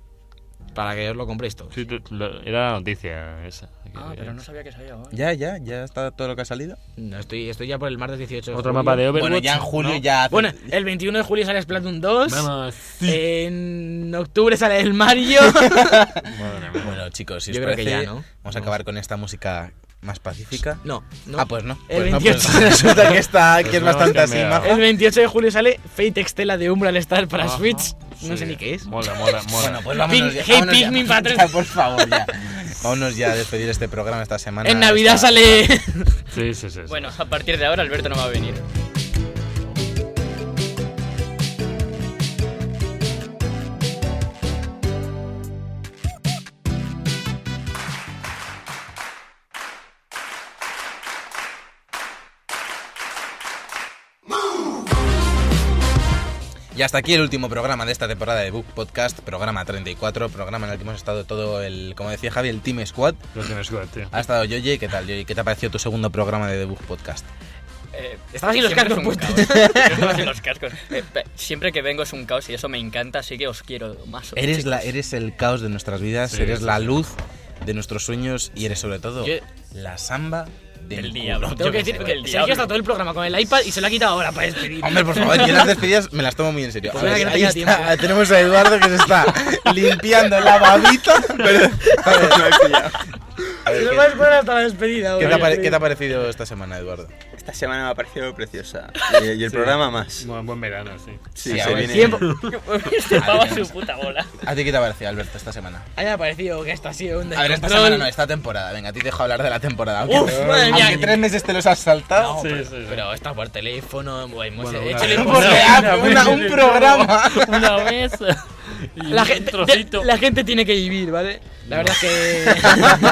Para que os lo compréis todos.
Sí, lo- lo- era la noticia esa. Eh,
Ah, pero no sabía que salía hoy.
Ya, ya, ya está todo lo que ha salido.
No, estoy, estoy ya por el martes 18 de
Otro
julio.
mapa de Overwatch.
Bueno, ya en julio ya... hace-
Bueno, el 21 de julio sale Splatoon 2.
Vamos.
En octubre sale el Mario.
Madre mía.
Bueno, chicos, si
Yo
os
creo que
parece,
ya, ¿no?
vamos a acabar con esta música más pacífica.
No, no.
Ah, pues no.
El
Pues no,
28.
pues resulta que, está, que
Pues
es
no,
bastante
es que
así,
me da-
majo.
El 28 de julio sale Fate Extella de Umbral Star para
Ajá,
Switch. No
Ah, sí.
sé ni qué es.
Mola, mola, mola.
Bueno, pues vámonos
Pig-
ya.
Hey,
vámonos ya,
Pikmin para tres.
ya, por favor, ya. Vámonos ya a despedir este programa esta semana.
En Navidad
Esta-
sale.
Sí, sí, sí. sí.
Bueno, a partir de ahora Alberto no va a venir.
Y hasta aquí el último programa de esta temporada de Book Podcast, programa 34, programa en el que hemos estado todo el, como decía Javi, el Team Squad.
Lo tienes que tío.
Ha estado Yoye, ¿qué tal, Yoye? ¿Qué te ha parecido tu segundo programa de The Book Podcast?
Eh,
Estaba sin los
siempre
cascos
es un
puestos.
caos. Siempre estaba sin los cascos. Eh, pe- siempre que vengo es un caos y eso me encanta, así que os quiero más.
Eres,
chicos.
la, eres el caos de nuestras vidas,
Sí,
eres
sí,
la
sí.
luz de nuestros sueños y eres sobre todo
Yo-
la samba del,
Del
culo.
diablo.
Yo
Tengo que
qué
decir
sé.
que
el
Sergio
diablo.
está todo el programa con el iPad y se lo ha quitado ahora para este despedir.
Hombre, por favor, yo las despedidas me las tomo muy en serio.
Pues
A
nada,
ver,
que no
ahí
tenga
está,
tiempo.
tenemos a Eduardo que se está limpiando la babita. Pero, a ver, a ver,
Se lo
¿qué-
va a esperar hasta la despedida.
¿qué, te ha
hombre.
pare- qué te ha parecido esta semana, Eduardo?
Esta semana me ha parecido preciosa. Y, y el programa más.
Buen, buen verano, sí.
Sí,
Sí,
se
a ver,
viene-
Tiempo.
Este pavo a su puta bola.
¿A ti qué te ha parecido, Alberto, esta semana?
A mí me ha parecido que esto ha sido un
A ver, esta
descontrol.
semana no, esta temporada. Venga, a ti te dejo hablar de la temporada. Aunque,
Uf, madre mía.
aunque tres meses te los has saltado.
Sí, sí, sí.
Pero está por teléfono, güey, muy
Bueno,
se-
una
échale
vez.
un
Porque
poco-
ah, una- un programa.
Una vez.
La gente,
trocito.
la gente tiene que vivir, ¿vale? La verdad es que.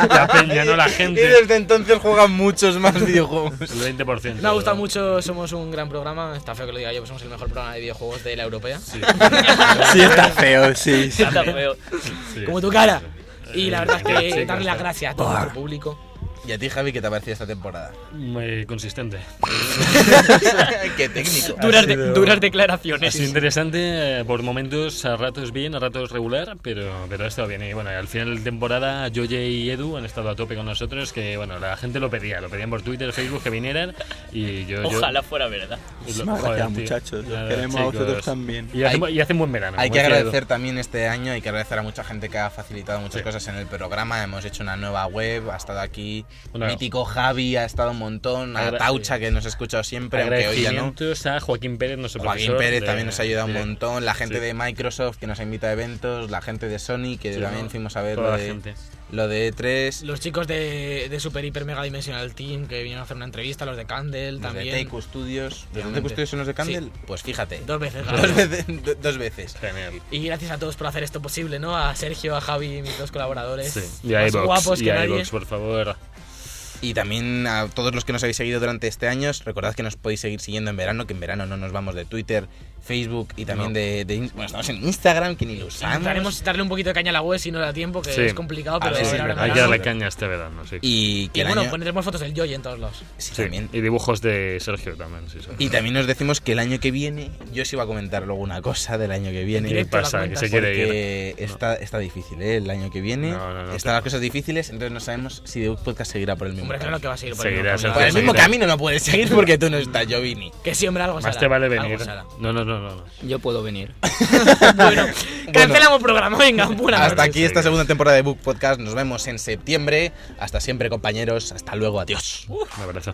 La peña, no la
Y
gente.
desde entonces juegan muchos más videojuegos.
El 20%.
Me ha gustado
¿verdad?
mucho, somos un gran programa. Está feo que lo diga yo, pero somos el mejor programa de videojuegos de la europea.
Sí,
Sí, está feo, sí. sí.
Está feo.
sí.
Como tu cara. Y la verdad es
Sí,
que
sí,
darle
sí.
las gracias a todo el público.
¿Y a ti, Javi, qué te ha parecido esta temporada?
Muy consistente.
qué técnico.
Duras,
Ha
de-
sido-
duras
Ha
declaraciones.
sido interesante eh, por momentos, a ratos bien, a ratos regular, pero, pero ha estado bien. Y bueno, al final de temporada, Joye y Edu han estado a tope con nosotros, que bueno, la gente lo pedía, lo pedían por Twitter, Facebook, que vinieran. Y yo. yo-
Ojalá fuera verdad.
yo-
Muchísimas
joder,
gracias,
tío.
muchachos. Os
Nada,
queremos a vosotros
chicos.
también.
Y hacen, y hacen buen verano.
Hay
como
que
decía Edu.
agradecer también este año, hay que agradecer a mucha gente que ha facilitado muchas
Sí.
cosas en el programa. Hemos hecho una nueva web, ha estado aquí
Una-
mítico Javi, ha estado un montón, a
Agra-
Taucha que nos ha escuchado siempre, aunque hoy ya no.
Agradecimientos a Joaquín Pérez, nuestro
Joaquín
profesor
Pérez
de-
también nos ha ayudado un
de-
montón, la gente
Sí.
de Microsoft que nos ha invitado a eventos, la gente de Sony que
Sí,
también
¿no?
fuimos a ver
Toda la
lo de,
gente.
lo de E E3,
Los chicos de, de Super Hiper Mega Dimensional Team que vinieron a hacer una entrevista, los de Candle
los de
también.
Take Studios. ¿Los de
Obviamente.
Take Studios son los de Candle?
Sí.
Pues fíjate,
Dos veces. ¿no?
dos veces. do- dos veces.
Genial.
Y gracias a todos por hacer esto posible, ¿no? A Sergio, a Javi, mis dos colaboradores.
Sí. Y a
más
iVox,
guapos
y
que
a
nadie.
iVox, por favor.
Y también a todos los que nos habéis seguido durante este año, recordad que nos podéis seguir siguiendo en verano, que en verano no nos vamos de Twitter, Facebook y también
No.
de, de in- Bueno, estamos en Instagram, que ni lo usamos.
Intentaremos darle un poquito de caña a la web si no da tiempo, que
Sí.
es complicado,
A
pero
ver,
a ver
sí,
ahora en
Hay que
verano.
darle caña este verano, sí.
Y que
Y
el
bueno,
año-
pondremos fotos del Joy en todos lados.
sí,
Sí,
también.
Y dibujos de Sergio también, sí. sí.
Y también nos decimos que el año que viene, yo os iba a comentar luego una cosa del año que viene.
¿Qué
directo a la
pasa? Que
cuenta,
se quiere ir.
Porque está, está difícil, ¿eh? El año que viene
No, no, no,
están las cosas difíciles, entonces no sabemos si The Hook Podcast seguirá por el mismo
Hombre,
camino.
claro que va a seguir por
Seguirá,
el mismo
Sergio,
camino.
Por el mismo
Seguirá.
camino no puedes seguir porque tú no estás, Jovini.
Que sí, hombre, algo
Más
será,
te vale
algo
venir.
será.
No, no, no, no. no.
Yo puedo venir.
Bueno, cancelamos programa, venga, buena
Hasta
noche.
aquí esta segunda temporada de Book Podcast. Nos vemos en septiembre. Hasta siempre, compañeros. Hasta luego. Adiós.
Un abrazo.